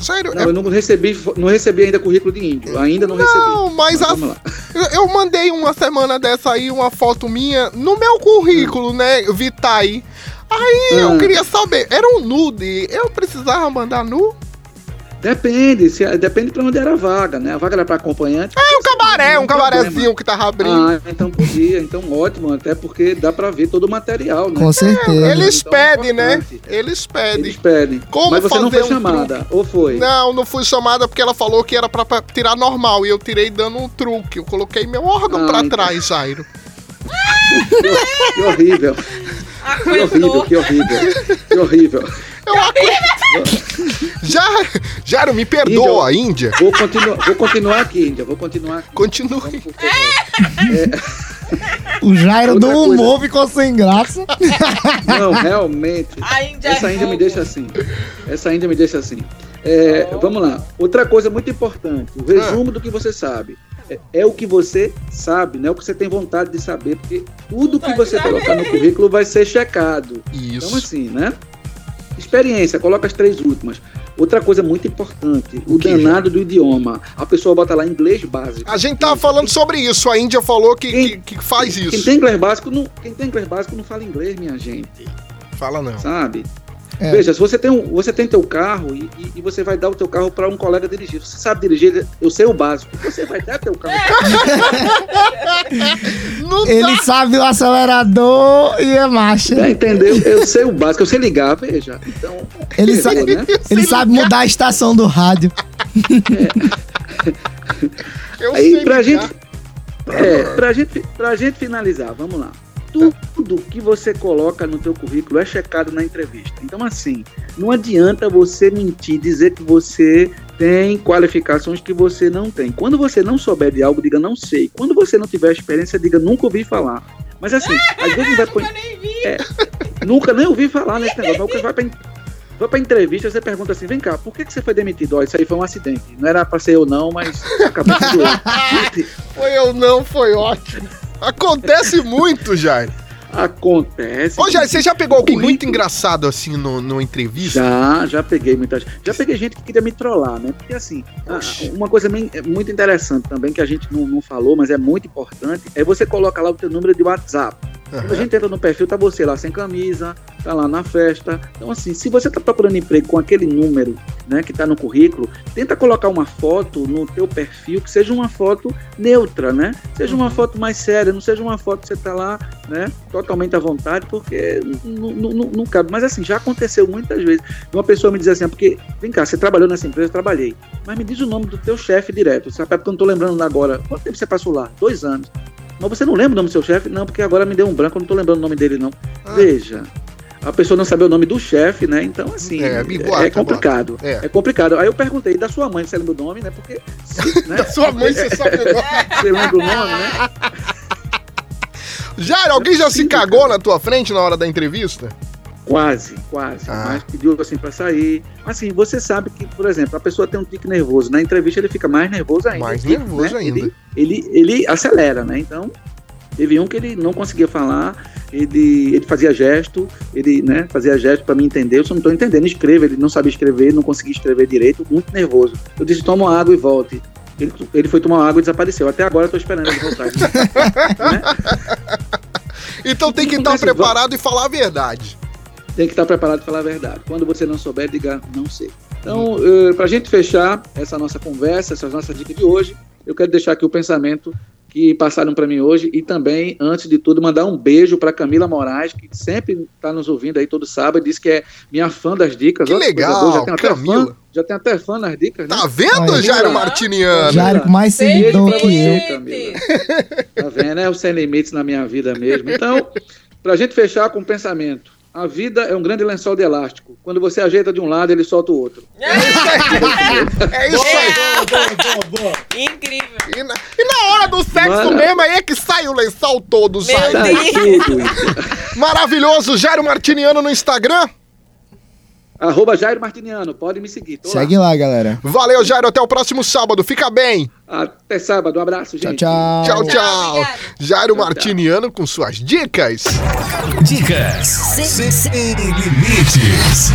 S2: Sério, é
S16: Não, eu não recebi, fo- não recebi ainda currículo de índio. Ainda não, recebi.
S2: Não, mas a-
S16: vamos lá.
S2: eu- eu mandei uma semana dessa aí uma foto minha no meu currículo, né, Vitaí. Aí eu
S16: Hum.
S2: queria saber, era um nude, eu precisava mandar nu?
S16: Depende, se, é, depende pra onde era a vaga, né? A vaga era pra acompanhante.
S2: É um cabaré,
S16: Não
S2: um
S16: tem problema.
S2: cabarezinho que tava abrindo.
S16: Ah, então podia, então ótimo, até porque dá pra ver todo o material, né?
S4: Com certeza.
S2: É, eles
S16: Então,
S2: pedem, né?
S16: importante.
S2: Eles pedem.
S16: Eles pedem.
S2: Como
S16: Mas você não
S2: fazer
S16: foi
S2: um
S16: chamada, ou foi?
S2: Não, não fui chamada porque ela falou que era pra, pra tirar normal e eu tirei dando um truque. Eu coloquei meu órgão
S16: Ah,
S2: pra
S16: então.
S2: trás, Jairo.
S16: Que horrível. Que horrível, que horrível. Que horrível.
S2: Já, Jairo, me perdoa, Índia.
S16: Vou, continuar, vou continuar aqui, Índia. Vou continuar aqui.
S2: Continue. É.
S4: O Jairo do
S16: Outra coisa.
S4: humor ficou sem graça.
S16: Não, é realmente. essa ainda me deixa assim. Essa ainda me deixa assim. É, Vamos lá. Outra coisa muito importante. O
S2: Ah.
S16: resumo do que você sabe. É, é o que você sabe, não é o que você tem vontade de saber, porque tudo que você colocar no currículo vai ser checado.
S2: Isso.
S16: Então, assim, né? Experiência, coloca as três últimas. Outra coisa muito importante, o
S2: que,
S16: danado do idioma. A pessoa bota lá inglês básico.
S2: A gente tava falando sobre isso, a Índia falou que, que, que faz isso.
S16: Quem tem inglês básico não, quem tem inglês básico não fala inglês, minha gente.
S2: Fala não.
S16: Sabe?
S2: É.
S16: Veja, se você tem, um, você tem teu carro e, e- e você vai dar o teu carro para um colega dirigir. Você sabe dirigir, eu sei o básico. Você vai dar teu carro.
S4: Ele sabe o acelerador e a marcha.
S16: É, entendeu? Eu sei o básico, eu sei ligar, veja. Então,
S4: Ele, sa
S16: né? É.
S4: ele sabe mudar a estação do rádio.
S2: Eu
S16: Aí,
S2: sei
S16: pra
S2: ligar.
S16: gente, é, pra gente, pra gente finalizar, vamos lá. Tudo que você coloca no teu currículo é checado na entrevista. Então, assim, não adianta você mentir, dizer que você tem qualificações que você não tem. Quando você não souber de algo, diga não sei. Quando você não tiver experiência, diga nunca ouvi falar. Mas assim, às vezes vai pra... É, nunca nem ouvi falar nesse negócio. Mas o que vai pra, en- vai pra entrevista, você pergunta assim, vem cá, por que, que você foi demitido? Ó, isso aí foi um acidente. Não era pra ser eu não, mas acabou sendo eu.
S2: Foi eu não, foi ótimo. Acontece muito, Jair.
S16: Acontece.
S2: Ô, Jair, você já pegou alguém muito engraçado assim no, numa entrevista?
S16: Já, já peguei muita gente. Já peguei gente que queria me trollar, né? Porque assim, ah, uma coisa bem- é muito interessante também, que a gente não, não falou, mas é muito importante, é você coloca lá o teu número de WhatsApp. Quando a gente entra no perfil, tá você lá sem camisa, tá lá na festa. Então, assim, se você tá procurando emprego com aquele número, né, que tá no currículo, tenta colocar uma foto no teu perfil que seja uma foto neutra, né? Seja uma foto mais séria, não seja uma foto que você tá lá, né, totalmente à vontade, porque não, não, não- não cabe. Mas, assim, já aconteceu muitas vezes. Uma pessoa me diz assim, "Ah, porque, vem cá, você trabalhou nessa empresa? Eu trabalhei. Mas me diz o nome do teu chefe direto, sabe? Porque eu não tô lembrando agora. Quanto tempo você passou lá? Dois anos. Mas você não lembra o nome do seu chefe? Não, porque agora me deu um branco, eu não tô lembrando o nome dele, não.
S2: Ah.
S16: Veja, a pessoa não sabe o nome do chefe, né? Então, assim, é,
S2: biguata,
S16: complicado.
S2: bota.
S16: É. complicado. Aí eu perguntei da sua mãe, você lembra o nome, né? Porque. se- né?
S2: Da sua mãe, você sabe o nome.
S16: você lembra o nome, né?
S2: Jair, alguém já se cagou na tua frente na hora da entrevista?
S16: Quase, quase.
S2: Ah.
S16: Mas pediu assim pra sair. Assim, você sabe que, por exemplo, a pessoa tem um tique nervoso. Na entrevista ele fica mais nervoso ainda.
S2: Mais
S16: O tique,
S2: nervoso
S16: né?
S2: ainda.
S16: Ele, ele, ele acelera, né? Então, teve um que ele não conseguia falar. Ele, ele fazia gesto, ele né, fazia gesto pra me entender. Eu só não tô entendendo. Escreva, ele não sabia escrever, não conseguia escrever direito, muito nervoso. Eu disse: toma uma água e volte. Ele, ele foi tomar uma água e desapareceu. Até agora eu tô esperando ele voltar.
S2: Então tem que estar preparado e falar a verdade.
S16: assim, tem que estar preparado para falar a verdade. Quando você não souber, diga não sei. Então, para a gente fechar essa nossa conversa, essas nossas dicas de hoje, eu quero deixar aqui o pensamento que passaram para mim hoje e também, antes de tudo, mandar um beijo para Camila Moraes, que sempre está nos ouvindo aí todo sábado, diz que é minha fã das dicas.
S2: Que
S16: Olha coisa
S2: legal,
S16: boa, já tem até
S2: Camila.
S16: fã- já tem até fã nas dicas. né?
S2: Tá vendo, Jairo Martiniano?
S4: Jairo com mais seguidor que eu.
S16: Tá vendo? É o sem limites na minha vida mesmo. Então, pra gente fechar com um pensamento. A vida é um grande lençol de elástico. Quando você ajeita de um lado, ele solta o outro.
S2: É isso aí.
S3: Incrível.
S2: E na, e na hora do sexo
S16: Mano.
S2: mesmo, aí é que sai o lençol todo, sai.
S16: Tá tudo.
S2: Maravilhoso, Jairo Martiniano no Instagram.
S16: Arroba Jairo Martiniano, pode me seguir. Tô lá.
S4: Segue lá, galera.
S2: Valeu, Jairo. Até o próximo sábado. Fica bem.
S16: Até sábado. Um abraço, gente.
S4: Tchau,
S2: Tchau,
S4: tchau.
S2: tchau. Jairo Martiniano com suas dicas.
S1: Dicas sem, sem limites.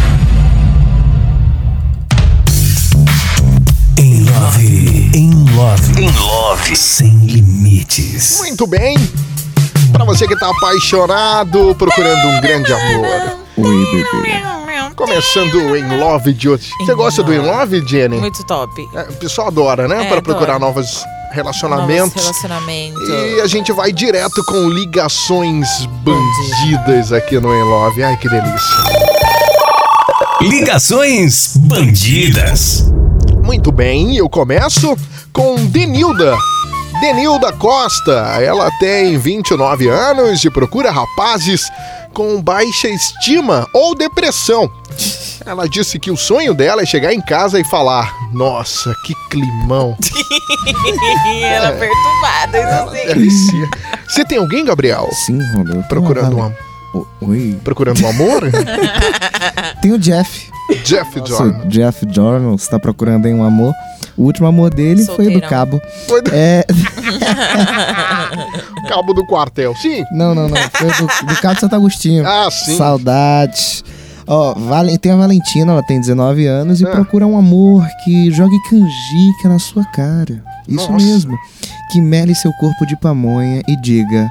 S1: Em love, em love, em love, sem limites.
S2: Muito bem. Pra você que tá apaixonado, procurando um grande amor.
S4: Ui, bebê.
S2: Começando em Love de hoje. Você gosta do In Love, Jenny?
S3: É. Muito top.
S2: o pessoal adora, né?
S3: É,
S2: Pra procurar
S3: adoro.
S2: novos
S3: Novos
S2: relacionamentos.
S3: relacionamentos.
S2: E a gente vai direto com ligações bandidas aqui no In Love. Ai, que delícia.
S1: Ligações bandidas.
S2: Muito bem, eu começo com Denilda. Denilda Costa, ela tem 29 anos e procura rapazes com baixa estima ou depressão. Ela disse que o sonho dela é chegar em casa e falar: Nossa, que climão.
S3: Ela é perturbada,
S2: é
S3: isso
S2: Delícia. Você tem alguém, Gabriel?
S4: Sim, Rodolfo.
S2: Procurando
S4: né?
S2: um amor.
S4: Oi.
S2: Procurando um amor?
S4: Tem o Jeff.
S2: Jeff
S4: Nossa,
S2: Jordan.
S4: o Jeff Jordan está procurando aí um amor. O último amor dele foi do
S2: Solteirão.
S4: cabo. É,
S2: Cabo do quartel. Sim.
S4: não, não, não. Foi do, do cabo de Santo Agostinho.
S2: Ah, sim.
S4: Saudades. Ó, Valen- tem a Valentina, ela tem 19 anos
S2: Ah.
S4: e procura um amor que jogue canjica na sua cara. Isso
S2: Nossa.
S4: mesmo. Que mele seu corpo de pamonha e diga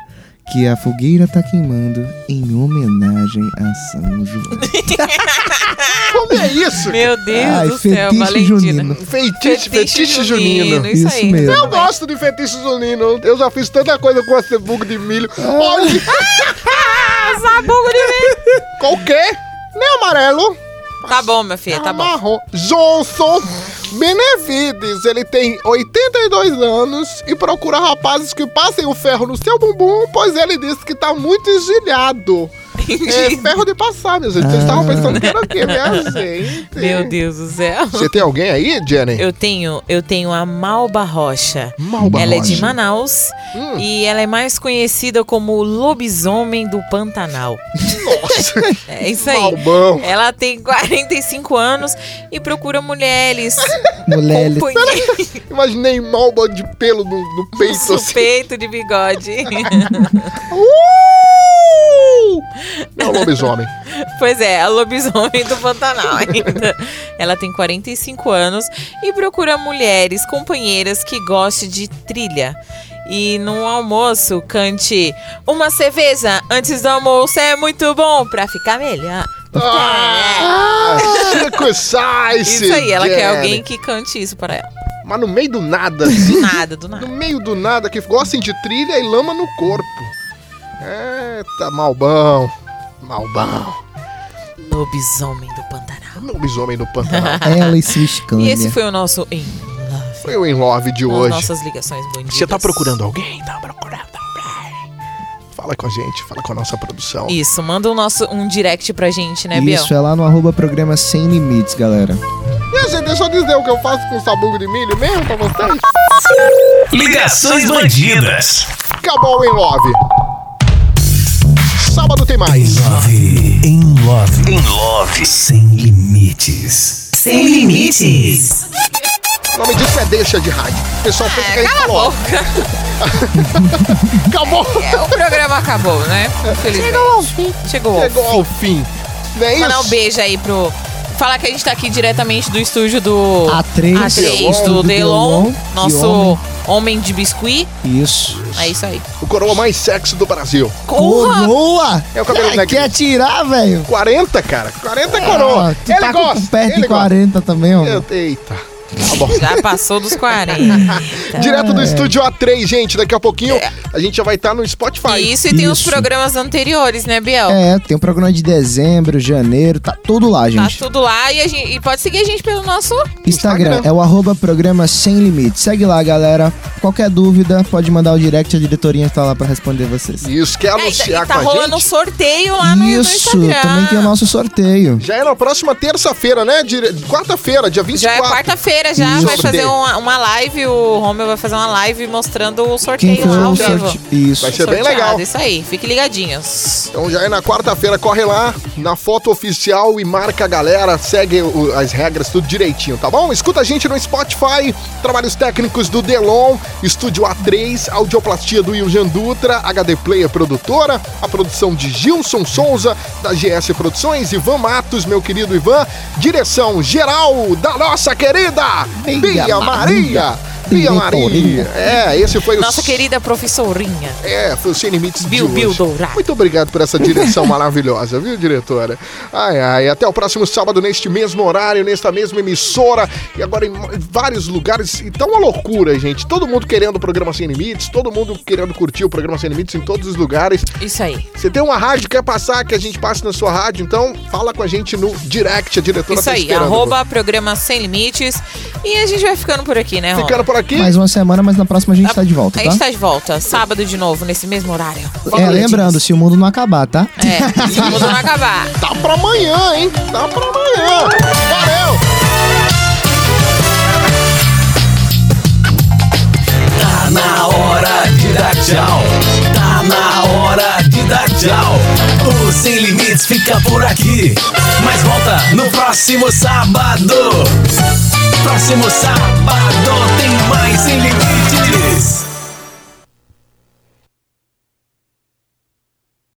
S4: que a fogueira tá queimando em homenagem a São João.
S2: Como é isso?
S3: Meu Deus
S4: Ai,
S3: do céu,
S4: fetiche
S3: Valentina.
S4: junino.
S2: Feitiço, fetiche junino.
S3: Isso,
S4: Isso
S3: aí.
S4: mesmo.
S2: Eu gosto de feitiço junino. Eu já fiz tanta coisa com esse bugo de milho. Olha!
S3: Sabugo de milho!
S2: Qual que? Nem amarelo.
S3: Tá bom, minha filha, tá bom.
S2: Marrom. Johnson. Benevides, ele tem 82 anos e procura rapazes que passem o ferro no seu bumbum, pois ele disse que tá muito engilhado. É ferro de passar, meu gente. Vocês estavam
S3: Ah.
S2: pensando que era o quê? Minha gente.
S3: Meu Deus do céu.
S2: Você tem alguém aí, Jenny?
S3: Eu tenho, eu tenho a Malba Rocha.
S2: Malba
S3: ela é de
S2: Rocha. Hum.
S3: Manaus e ela é mais conhecida como o lobisomem do Pantanal. É isso aí.
S2: Malbão.
S3: Ela tem 45 anos e procura mulheres.
S2: Mulher.
S3: companheiras
S2: Imaginei malba de pelo no, no peito.
S3: do
S2: assim.
S3: peito de bigode.
S2: Uh! Não, lobisomem.
S3: Pois é, a lobisomem do Pantanal ainda. Ela tem 45 anos e procura mulheres, companheiras que gostem de trilha. E num almoço, cante uma cerveja antes do almoço é muito bom pra ficar melhor.
S2: Ah, Chico Science.
S3: Isso aí, ela quer
S2: Jenny.
S3: alguém que cante isso para ela.
S2: Mas no meio do nada, assim.
S3: Do nada, do nada.
S2: No meio do nada, que gostem de trilha e lama no corpo. Eita, malbão. Malbão.
S3: Lobisomem do Pantanal.
S2: Lobisomem do Pantanal.
S4: Ela e sua
S3: E
S4: escânia.
S3: esse foi o nosso em
S2: Foi o Enlove de
S3: nas
S2: hoje.
S3: nossas ligações bandidas.
S2: Você tá procurando alguém? Tá procurando alguém. Fala com a gente, fala com a nossa produção.
S3: Isso, manda um, nosso, um direct pra gente, né, Biel?
S4: Isso, é lá no arroba programa Sem Limites, galera.
S2: E, gente, deixa eu dizer o que eu faço com sabugo de milho mesmo pra vocês.
S1: Ligações bandidas.
S2: Acabou o Enlove. Sábado tem mais.
S1: Love, em love, em love, sem limites.
S2: Sem limites. O nome disso é deixa de rádio. O pessoal pensa
S3: É,
S2: que a gente falou. acabou.
S3: É, o programa acabou, né? Infelizmente.
S2: Chegou ao fim.
S3: Chegou ao
S2: Chegou ao fim. Não é
S3: Mandar um
S2: isso?
S3: beijo aí pro. Falar que a gente tá aqui diretamente do estúdio do.
S4: A3.
S3: A3
S4: Delon,
S3: do
S4: do
S3: Delon.
S4: Delon. Que
S3: Nosso
S4: homem.
S3: homem. de biscuit.
S4: Isso.
S3: É isso aí.
S2: O coroa mais sexy do Brasil.
S4: Coroa!
S2: É o cabelo
S4: Ah,
S2: negro.
S4: Quer tirar, velho?
S2: 40, cara. 40 é coroa.
S4: Ah, tu
S2: ele
S4: tá com
S2: gosta.
S4: perto
S2: ele
S4: de
S2: gosta.
S4: 40 também, ó.
S2: Eu- Eita. Tá bom.
S3: Já passou dos 40.
S2: Direto
S4: É.
S2: do estúdio A3, gente. Daqui a pouquinho a gente já vai estar no Spotify.
S3: É. Isso, e tem os
S4: Isso.
S3: programas anteriores, né, Biel?
S4: É, tem um programa de dezembro, janeiro, tá tudo lá,
S3: Tá
S4: gente.
S3: tudo lá e, a gente- e pode seguir a gente pelo nosso.
S4: Instagram, é o arroba programa sem limite. Segue lá, galera. Qualquer dúvida, pode mandar o direct, a diretorinha tá lá pra responder vocês.
S2: Isso, quer anunciar
S3: e tá
S2: com a
S3: rolando um
S2: gente?
S3: sorteio lá no, no
S4: Isso,
S3: Instagram.
S4: também tem o nosso sorteio.
S2: Já é na próxima terça-feira, né? Dire- Quarta-feira, dia 24.
S3: Já é quarta-feira, já
S2: Isso.
S3: vai fazer um uma,
S2: Sorteio.
S3: uma live, o Romeu vai fazer uma live mostrando o sorteio
S4: Quem for
S3: lá ao
S4: o
S3: vivo.
S4: sorte- Isso.
S2: Vai ser bem
S3: Sorteado,
S2: legal.
S3: Isso aí, fiquem ligadinhos.
S2: Então já é na quarta-feira, corre lá na foto oficial e marca a galera, segue o- as regras, tudo direitinho, tá bom? Escuta a gente no Spotify, trabalhos técnicos do Delon, Estúdio A3, audioplastia do Iljan Dutra, HD Player é produtora, a produção de Gilson Souza, da GS Produções, Ivan Matos, meu querido Ivan, direção geral da nossa querida Bia, Maria.
S3: Maria.
S2: Bia Maria. É, esse foi o
S3: Nossa querida professorinha.
S2: é, foi o Sem Limites
S3: Bill,
S2: de
S3: Bill
S2: hoje. Muito obrigado por essa direção maravilhosa, viu, diretora? Ai, ai, até o próximo sábado, neste mesmo horário, nesta mesma emissora, e agora em mo- vários lugares. E tá uma loucura, gente. Todo mundo querendo o programa Sem Limites, todo mundo querendo curtir o programa Sem Limites em todos os lugares.
S3: Isso aí.
S2: Você tem uma rádio, quer passar, que a gente passe na sua rádio, então fala com a gente no direct, a diretora
S3: Isso
S2: tá
S3: aí,
S2: esperando.
S3: arroba programa Sem Limites. E a gente vai ficando por aqui, né, Roma?
S2: Ficando por aqui.
S4: Mais uma semana, mas na próxima a gente tá de volta,
S3: A
S4: tá?
S3: gente tá de volta, sábado de novo, nesse mesmo horário.
S4: É, lembrando, se o mundo não acabar, tá?
S3: É, se o mundo não acabar.
S2: Tá pra amanhã, hein? Tá pra amanhã. Valeu!
S1: Tá na hora de dar tchau. Tá na hora de dar tchau. O Sem Limites fica por aqui. Mas volta no próximo sábado. Próximo sábado.